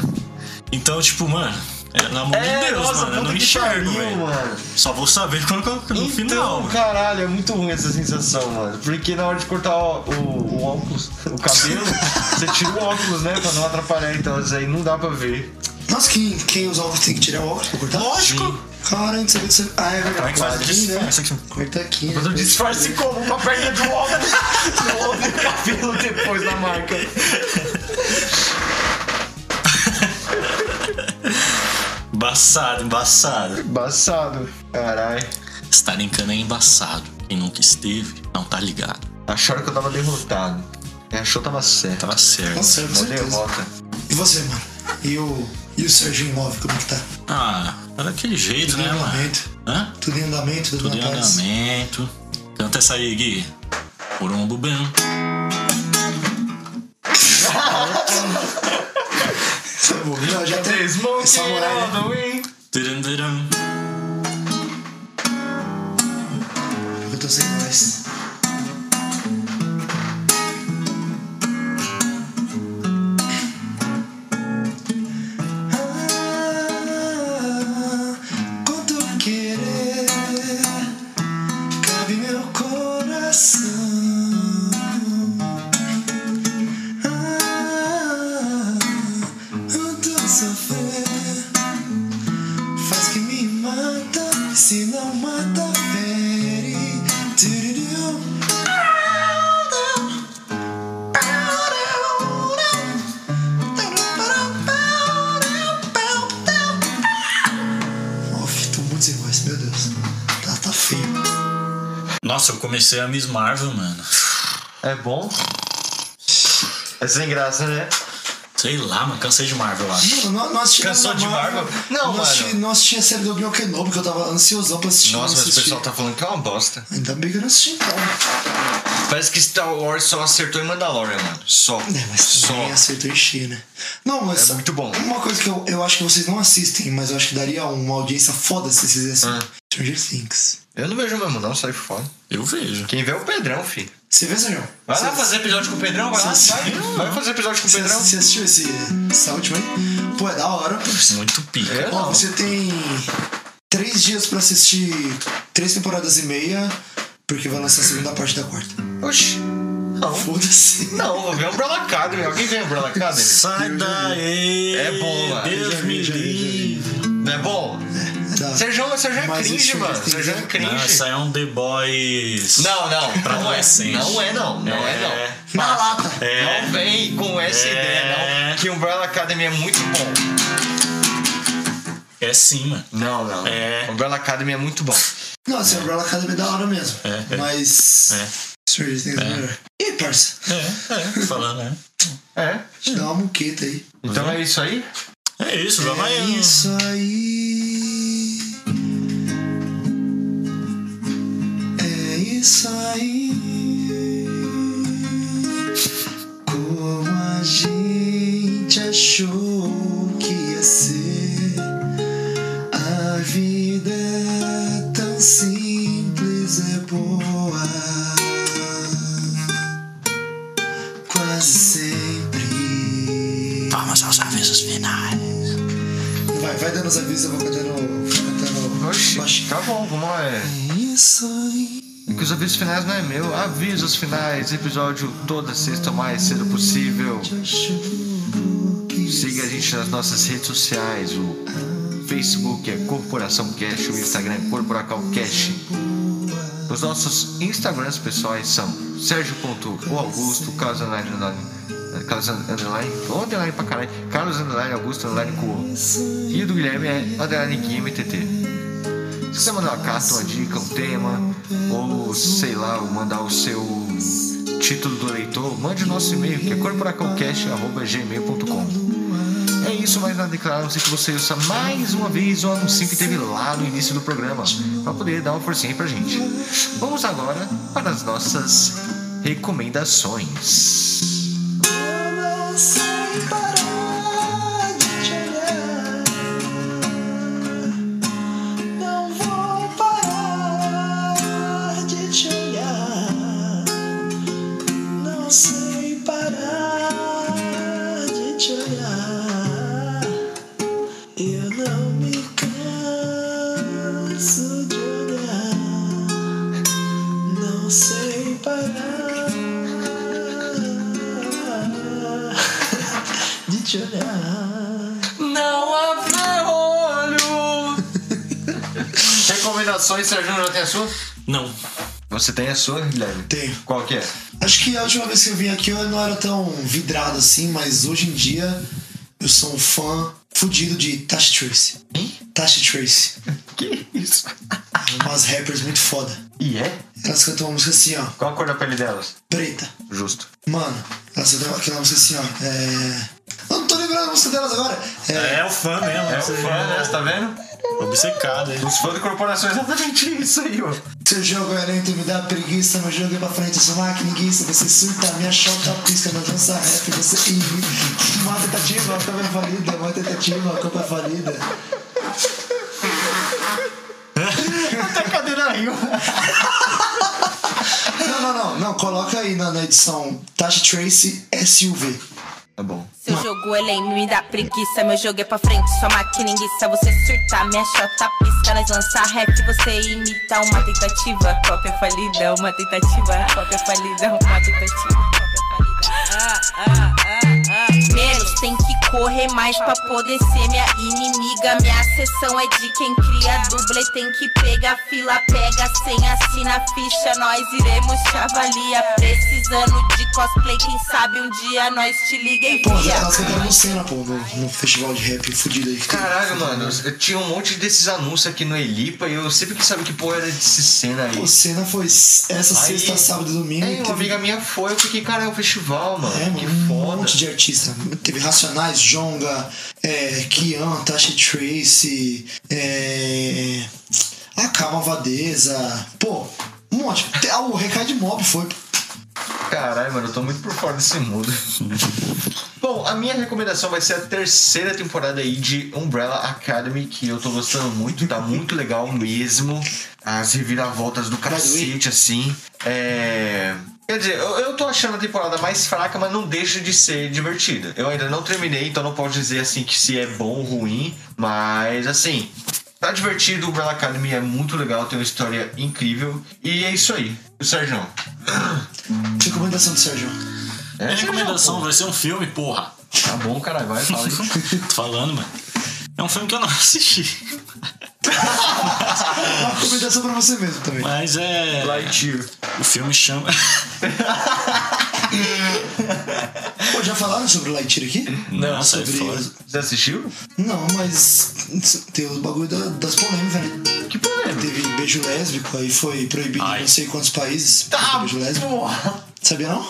[SPEAKER 1] Então, tipo, mano, é, na mão de Deus, mano, eu
[SPEAKER 2] puta
[SPEAKER 1] não
[SPEAKER 2] que
[SPEAKER 1] enxergo,
[SPEAKER 2] pariu,
[SPEAKER 1] velho.
[SPEAKER 2] mano.
[SPEAKER 1] Só vou saber quando eu- no
[SPEAKER 2] Então,
[SPEAKER 1] final. velho.
[SPEAKER 2] caralho, é muito ruim essa sensação, mano. Porque na hora de cortar o, o- o óculos, o cabelo, você tira o óculos, né? Pra não atrapalhar, então isso aí não dá pra ver.
[SPEAKER 3] Nossa, quem, quem usa óculos tem que tirar o óculos pra cortar?
[SPEAKER 1] Lógico!
[SPEAKER 3] Cara, não sabia disso. Ah, é verdade.
[SPEAKER 1] Como é que faz
[SPEAKER 3] Aqui,
[SPEAKER 1] isso?
[SPEAKER 3] né?
[SPEAKER 1] Como é que-
[SPEAKER 3] Corta aqui,
[SPEAKER 2] Mas eu
[SPEAKER 3] né?
[SPEAKER 2] disfarce como? Com a perna um do óculos. No outro Um cabelo depois da marca.
[SPEAKER 1] Embaçado, embaçado.
[SPEAKER 2] Embaçado. Caralho.
[SPEAKER 1] Estar em cana é embaçado. Quem nunca esteve, não tá ligado.
[SPEAKER 2] Acharam que eu tava derrotado. E achou que tava certo.
[SPEAKER 1] Tava Tá certo.
[SPEAKER 3] Nossa, Tá com
[SPEAKER 2] Uma
[SPEAKER 3] certeza.
[SPEAKER 2] derrota.
[SPEAKER 3] E você, mano? E o, e o Serginho Imóvel, como que tá?
[SPEAKER 1] Ah, tá daquele jeito,
[SPEAKER 3] Tudo em
[SPEAKER 1] né, mano?
[SPEAKER 3] andamento.
[SPEAKER 1] Hã?
[SPEAKER 3] Tudo em andamento, tudo,
[SPEAKER 1] Tudo em
[SPEAKER 3] na paz.
[SPEAKER 1] andamento. Canta essa aí, Gui. Por um bem.
[SPEAKER 3] Isso é bom. Não, já tem. Samurai, né?
[SPEAKER 1] Tiram, tiram.
[SPEAKER 3] Eu tô sem voz. Ah, quanto querer cabe meu coração. Ah, quanto sofrer faz que me mata, se não mata, fere. Tururu. Off, tô muito sem voz, meu Deus. Tá, tá feio.
[SPEAKER 1] Nossa, eu comecei a Miss Marvel, mano.
[SPEAKER 2] É bom? É sem graça, né?
[SPEAKER 1] Você Sei lá, mano, cansei de Marvel, eu acho.
[SPEAKER 3] Mano, nós, nós assistimos
[SPEAKER 7] Cansou
[SPEAKER 3] na
[SPEAKER 7] de Marvel?
[SPEAKER 3] Não,
[SPEAKER 7] Não,
[SPEAKER 3] nós assisti-
[SPEAKER 7] mano.
[SPEAKER 3] nós assistimos a série do Obi-Wan Kenobi, que eu tava ansiosão pra assistir.
[SPEAKER 2] Nossa,
[SPEAKER 3] não
[SPEAKER 2] mas o
[SPEAKER 3] assisti.
[SPEAKER 2] pessoal tá falando que é uma bosta.
[SPEAKER 3] Ainda bem que eu não assisti, então.
[SPEAKER 2] Parece que Star Wars só acertou em Mandalorian, mano. Só.
[SPEAKER 3] É, mas
[SPEAKER 2] só.
[SPEAKER 3] também acertou em cheio, né? Não, mas...
[SPEAKER 2] É muito bom.
[SPEAKER 3] Uma coisa que eu, eu acho que vocês não assistem, mas eu acho que daria uma audiência foda se vocês fizessem.
[SPEAKER 2] Ah.
[SPEAKER 3] Stranger Things.
[SPEAKER 2] Eu não vejo mesmo, não, sai fora.
[SPEAKER 1] Eu vejo.
[SPEAKER 2] Quem vê é o Pedrão, filho.
[SPEAKER 3] Você vê, Sérgio?
[SPEAKER 2] Vai lá fazer episódio com o Pedrão, vai lá.
[SPEAKER 3] Você-
[SPEAKER 2] Vai, vai fazer episódio com o
[SPEAKER 3] Você,
[SPEAKER 2] Pedrão.
[SPEAKER 3] você assistiu esse, essa última aí? Pô, é da hora.
[SPEAKER 1] Muito pica.
[SPEAKER 2] É?
[SPEAKER 3] Ó,
[SPEAKER 2] não.
[SPEAKER 3] você tem três dias pra assistir três temporadas e meia, porque vai lançar a segunda parte da quarta.
[SPEAKER 2] Oxi. Não.
[SPEAKER 3] Foda-se.
[SPEAKER 2] Não, vou ver Umbrella Academy. Alguém vê Umbrella Academy?
[SPEAKER 1] Sai daí!
[SPEAKER 2] É bom, mano.
[SPEAKER 1] Deus
[SPEAKER 3] Já vi,
[SPEAKER 1] me
[SPEAKER 3] já vi, já vi.
[SPEAKER 1] livre.
[SPEAKER 2] Não é bom?
[SPEAKER 3] É da-
[SPEAKER 2] Sérgio, mas Sérgio é
[SPEAKER 3] Mas
[SPEAKER 2] cringe,
[SPEAKER 3] isso
[SPEAKER 2] mano.
[SPEAKER 3] eles têm
[SPEAKER 2] Sérgio
[SPEAKER 3] que-
[SPEAKER 2] é cringe.
[SPEAKER 1] Não, isso aí é um The Boys.
[SPEAKER 2] Não, não.
[SPEAKER 1] Pra
[SPEAKER 2] não, é,
[SPEAKER 1] adolescente.
[SPEAKER 2] não é, não. Não é,
[SPEAKER 1] É.
[SPEAKER 2] não.
[SPEAKER 3] Na lata.
[SPEAKER 1] É.
[SPEAKER 2] Não vem com essa
[SPEAKER 1] É.
[SPEAKER 2] ideia, não. Que Umbrella Academy é muito bom.
[SPEAKER 1] É sim, mano.
[SPEAKER 2] Não, não.
[SPEAKER 1] É.
[SPEAKER 2] Umbrella Academy é muito bom.
[SPEAKER 3] Não, assim, Umbrella Academy é da hora mesmo.
[SPEAKER 1] É.
[SPEAKER 3] Mas.
[SPEAKER 1] É.
[SPEAKER 3] Stranger Things é melhor. E aí, parça?
[SPEAKER 1] É, é, falando, né?
[SPEAKER 2] É.
[SPEAKER 3] Te dá uma muqueta aí.
[SPEAKER 2] Então é isso aí?
[SPEAKER 1] É isso, vai
[SPEAKER 3] é
[SPEAKER 1] amanhã.
[SPEAKER 3] isso aí. É isso aí. Como a gente achou que ia ser. A vida é tão simples, é boa. Quase sempre.
[SPEAKER 1] Vamos aos avisos finais.
[SPEAKER 3] Vai, vai dando os avisos, eu vou cantando. cantando baixinho.
[SPEAKER 2] tá bom, vamos lá. é.
[SPEAKER 3] É Isso aí.
[SPEAKER 2] Que os avisos finais não é meu. Avisos finais, episódio toda sexta o mais cedo possível. Siga a gente nas nossas redes sociais. O Facebook é Corporação Cash, o Instagram é Corporacal Cash. Os nossos Instagrams pessoais são Sérgio.oaugusto, Carlos Underline Underline, Carlos Underline, ou Underline pra caralho, Carlos Underline Augusto Underline Cuo. E o do Guilherme é Underline Guilherme TT. Se você mandar uma carta, uma dica, um tema, ou sei lá, ou mandar o seu título do leitor, mande o nosso e-mail que é corporacalcast.gmail.com. É isso, mas nada declaramos que você usa mais uma vez o anúncio que teve lá no início do programa, para poder dar uma forcinha aí pra gente. Vamos agora para as nossas recomendações. Não abre olho! Recomendações, Sérgio, já tem a sua?
[SPEAKER 1] Não.
[SPEAKER 2] Você tem a sua, Guilherme?
[SPEAKER 3] Tenho.
[SPEAKER 2] Qual que é?
[SPEAKER 3] Acho que a última vez que eu vim aqui eu não era tão vidrado assim, mas hoje em dia eu sou um fã fudido de Tasha Trace. Tasha Trace.
[SPEAKER 2] Que isso?
[SPEAKER 3] Umas rappers muito foda.
[SPEAKER 2] E é?
[SPEAKER 3] Elas cantam uma música assim, ó.
[SPEAKER 2] Qual a cor da pele delas?
[SPEAKER 3] Preta.
[SPEAKER 2] Justo.
[SPEAKER 3] Mano, elas cantam aquela música assim, ó. É. Eu não tô lembrando a música delas agora. É.
[SPEAKER 1] É o fã mesmo.
[SPEAKER 2] É o
[SPEAKER 1] você
[SPEAKER 2] fã, né? Você tá vendo?
[SPEAKER 1] Obcecado, hein?
[SPEAKER 2] Os fãs de corporação é exatamente isso aí, ó.
[SPEAKER 3] Seu jogo é lento, me dá preguiça, meu jogo é pra frente, eu sou maquinista, você surta, me achota, pisca, não dança rap, você imita. Uma tentativa, a Copa é valida, uma tentativa, a Copa é valida.
[SPEAKER 2] Até a É cadeira riu.
[SPEAKER 3] Não, não, não, não, coloca aí na, na edição Tasha Trace SUV.
[SPEAKER 2] Tá bom.
[SPEAKER 8] Seu jogo é lame, me dá preguiça. Meu jogo é pra frente, sua máquina enguiça. Você surta, me achota, pisca, nós lança rap. Você imita uma tentativa. Cópia falida, uma tentativa. Cópia falida, uma tentativa. Cópia falida. Ah, ah, ah, ah. Menos tem que correr mais pra poder ser minha inimiga. Minha sessão é de quem cria dublê. Tem que pegar fila, pega sem assina a ficha. Nós iremos chavalia. Precisando de cosplay, quem sabe um dia nós te liga e
[SPEAKER 3] Pô, elas
[SPEAKER 8] via.
[SPEAKER 3] cantaram no cena, pô, no, no festival de rap fudido aí. que teve.
[SPEAKER 2] Caralho, mano, eu- eu tinha um monte desses anúncios aqui no Elipa e eu sempre quis saber que porra era desse cena aí.
[SPEAKER 3] O cena foi s- essa
[SPEAKER 2] Aí-
[SPEAKER 3] sexta, sábado e domingo.
[SPEAKER 2] É, uma amiga minha foi, eu fiquei, cara, é um festival, mano.
[SPEAKER 3] É, mano,
[SPEAKER 2] que
[SPEAKER 3] um
[SPEAKER 2] foda.
[SPEAKER 3] monte de artista. Teve Racionais, Jonga, é, Kian, Tasha Tracy, é, a Calma Vadeza. Pô, um monte. Até O Recado de Mob foi.
[SPEAKER 2] Caralho, mano, eu tô muito por fora desse mundo. Bom, a minha recomendação vai ser a terceira temporada aí de Umbrella Academy, que eu tô gostando muito, tá muito legal mesmo. As reviravoltas do cacete, assim. É. Quer dizer, eu, eu tô achando a temporada mais fraca, mas não deixa de ser divertida. Eu ainda não terminei, então não posso dizer assim que se é bom ou ruim, mas assim. Tá divertido, Umbrella Academy é muito legal, tem uma história incrível. E é isso aí. O Sérgio.
[SPEAKER 3] Recomendação do Sérgio.
[SPEAKER 2] É,
[SPEAKER 1] Minha
[SPEAKER 2] Sérgio,
[SPEAKER 1] recomendação vai ser um filme, porra.
[SPEAKER 2] Tá bom, cara, vai, fala aí.
[SPEAKER 1] Tô falando, mano. É um filme que eu não assisti.
[SPEAKER 3] Uma recomendação pra você mesmo também.
[SPEAKER 1] Mas é.
[SPEAKER 2] Lightyear.
[SPEAKER 1] O filme chama.
[SPEAKER 3] Pô, já falaram sobre o Lightyear aqui?
[SPEAKER 1] Não, sai
[SPEAKER 3] sobre.
[SPEAKER 1] fora.
[SPEAKER 2] é Você assistiu?
[SPEAKER 3] Não, mas tem o bagulho da- das polêmicas, né?
[SPEAKER 2] Que é polêmica.
[SPEAKER 3] Teve beijo lésbico, aí foi proibido em
[SPEAKER 1] Ai.
[SPEAKER 3] não sei quantos países. por
[SPEAKER 2] Tá
[SPEAKER 3] causa do beijo lésbico.
[SPEAKER 2] porra.
[SPEAKER 3] Sabia não?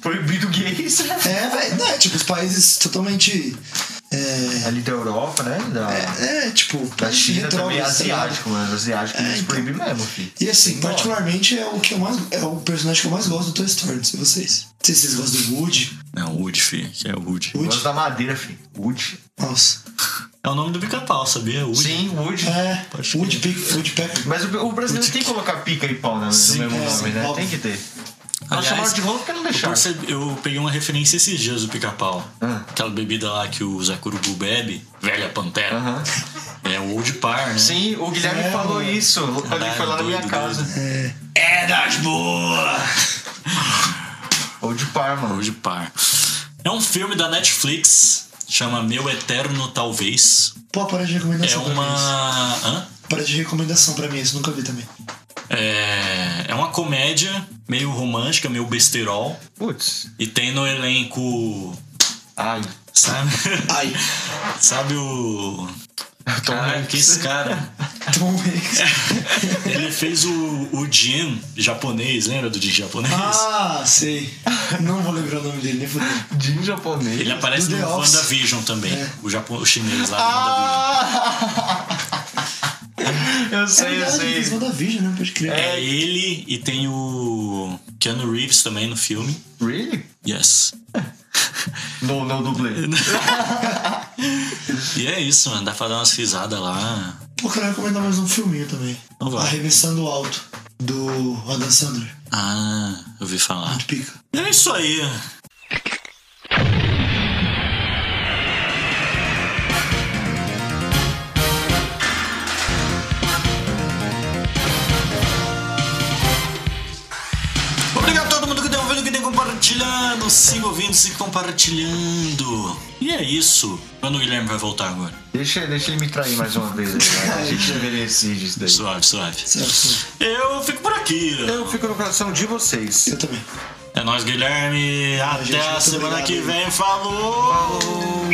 [SPEAKER 2] Proibido gays.
[SPEAKER 3] É, velho, não, é tipo, os países totalmente. É,
[SPEAKER 2] Ali da Europa, né? Da,
[SPEAKER 3] É, é, tipo,
[SPEAKER 2] da China
[SPEAKER 3] retrógrado,
[SPEAKER 2] também,
[SPEAKER 3] tá ligado?
[SPEAKER 2] asiático, mano. Asiático
[SPEAKER 3] É,
[SPEAKER 2] eles
[SPEAKER 3] então.
[SPEAKER 2] proíbem mesmo, filho.
[SPEAKER 3] E assim,
[SPEAKER 2] Bora.
[SPEAKER 3] particularmente é o que eu mais. É o personagem que eu mais gosto do Toy Story, não sei vocês. Não sei se vocês gostam do Woody.
[SPEAKER 1] Não, Wood, filho. Que é o Wood.
[SPEAKER 2] Eu
[SPEAKER 3] Woody?
[SPEAKER 2] Gosto da madeira, filho. Wood.
[SPEAKER 3] Nossa.
[SPEAKER 1] É o nome do pica-pau, sabia? Wood.
[SPEAKER 2] Sim, Wood.
[SPEAKER 3] É,
[SPEAKER 1] Pode
[SPEAKER 3] Woody Pick, Woodpecker.
[SPEAKER 2] Mas o, o brasileiro tem que colocar pica e pau né, no
[SPEAKER 3] Sim,
[SPEAKER 2] mesmo
[SPEAKER 3] é,
[SPEAKER 2] nome, né?
[SPEAKER 3] óbvio.
[SPEAKER 2] Tem que ter. Ela
[SPEAKER 1] Aliás,
[SPEAKER 2] chamaram de rolo porque não
[SPEAKER 1] Eu,
[SPEAKER 2] deixaram.
[SPEAKER 1] percebi- eu peguei uma referência esses dias do pica-pau.
[SPEAKER 2] Ah.
[SPEAKER 1] Aquela bebida lá que o Zacurubu bebe, velha pantera.
[SPEAKER 2] Aham.
[SPEAKER 1] É o Old Par, né?
[SPEAKER 2] Sim, o Guilherme
[SPEAKER 3] É,
[SPEAKER 2] falou
[SPEAKER 3] mano.
[SPEAKER 2] isso quando ele
[SPEAKER 1] Caralho,
[SPEAKER 2] foi lá na minha
[SPEAKER 1] doido,
[SPEAKER 2] casa.
[SPEAKER 1] É das boas!
[SPEAKER 2] Ou de par, mano.
[SPEAKER 1] Old Par. É um filme da Netflix, chama Meu Eterno Talvez.
[SPEAKER 3] Pô, para de
[SPEAKER 1] É
[SPEAKER 3] recomendação pra mim. isso.
[SPEAKER 1] uma. Hã?
[SPEAKER 3] Para de recomendação pra mim, isso nunca vi também.
[SPEAKER 1] É, é uma comédia meio romântica, meio besterol.
[SPEAKER 2] Putz.
[SPEAKER 1] E tem no elenco.
[SPEAKER 2] Ai.
[SPEAKER 1] Sabe?
[SPEAKER 3] Ai,
[SPEAKER 1] Sabe o.
[SPEAKER 2] Tom
[SPEAKER 1] Caralho,
[SPEAKER 2] Hanks.
[SPEAKER 1] que esse cara.
[SPEAKER 3] Tom Hanks.
[SPEAKER 1] Ele fez o, o Jin japonês, lembra do Jin japonês?
[SPEAKER 3] Ah, sei. Não vou lembrar o nome dele, nem fudeu.
[SPEAKER 2] Jin japonês.
[SPEAKER 1] Ele aparece
[SPEAKER 3] do
[SPEAKER 1] no
[SPEAKER 3] The Office.
[SPEAKER 1] WandaVision também.
[SPEAKER 3] É.
[SPEAKER 1] O, japo, o chinês lá do WandaVision. É
[SPEAKER 2] Ah! Eu
[SPEAKER 3] É
[SPEAKER 2] sei, eu
[SPEAKER 3] verdade,
[SPEAKER 2] sei.
[SPEAKER 3] fez WandaVision, né? Pode crer.
[SPEAKER 1] É ele e tem o Keanu Reeves também no filme.
[SPEAKER 2] Really?
[SPEAKER 1] Yes.
[SPEAKER 2] No, no dublê.
[SPEAKER 1] E é isso, mano. Dá pra dar umas risadas lá.
[SPEAKER 3] Pô, quero recomendar mais um filminho também.
[SPEAKER 1] Não vai.
[SPEAKER 3] Arremessando Alto, do Adam Sandler.
[SPEAKER 1] Ah, eu ouvi falar.
[SPEAKER 3] Muito pica.
[SPEAKER 1] É isso aí. Obrigado a todo mundo que tem ouvido, que tem compartilhando. Siga ouvindo, siga compartilhando. E é isso. Quando o Guilherme vai voltar agora?
[SPEAKER 2] Deixa, deixa ele me trair mais uma vez. né? A gente envelhecer disso daí.
[SPEAKER 1] Suave, suave.
[SPEAKER 3] É, Certo?
[SPEAKER 1] Eu fico por aqui.
[SPEAKER 2] Eu fico no coração de vocês.
[SPEAKER 3] Eu também.
[SPEAKER 1] É nóis, Guilherme. Até
[SPEAKER 3] gente,
[SPEAKER 1] a
[SPEAKER 3] muito
[SPEAKER 1] semana
[SPEAKER 3] obrigado
[SPEAKER 1] que
[SPEAKER 3] aí.
[SPEAKER 1] vem. Falou.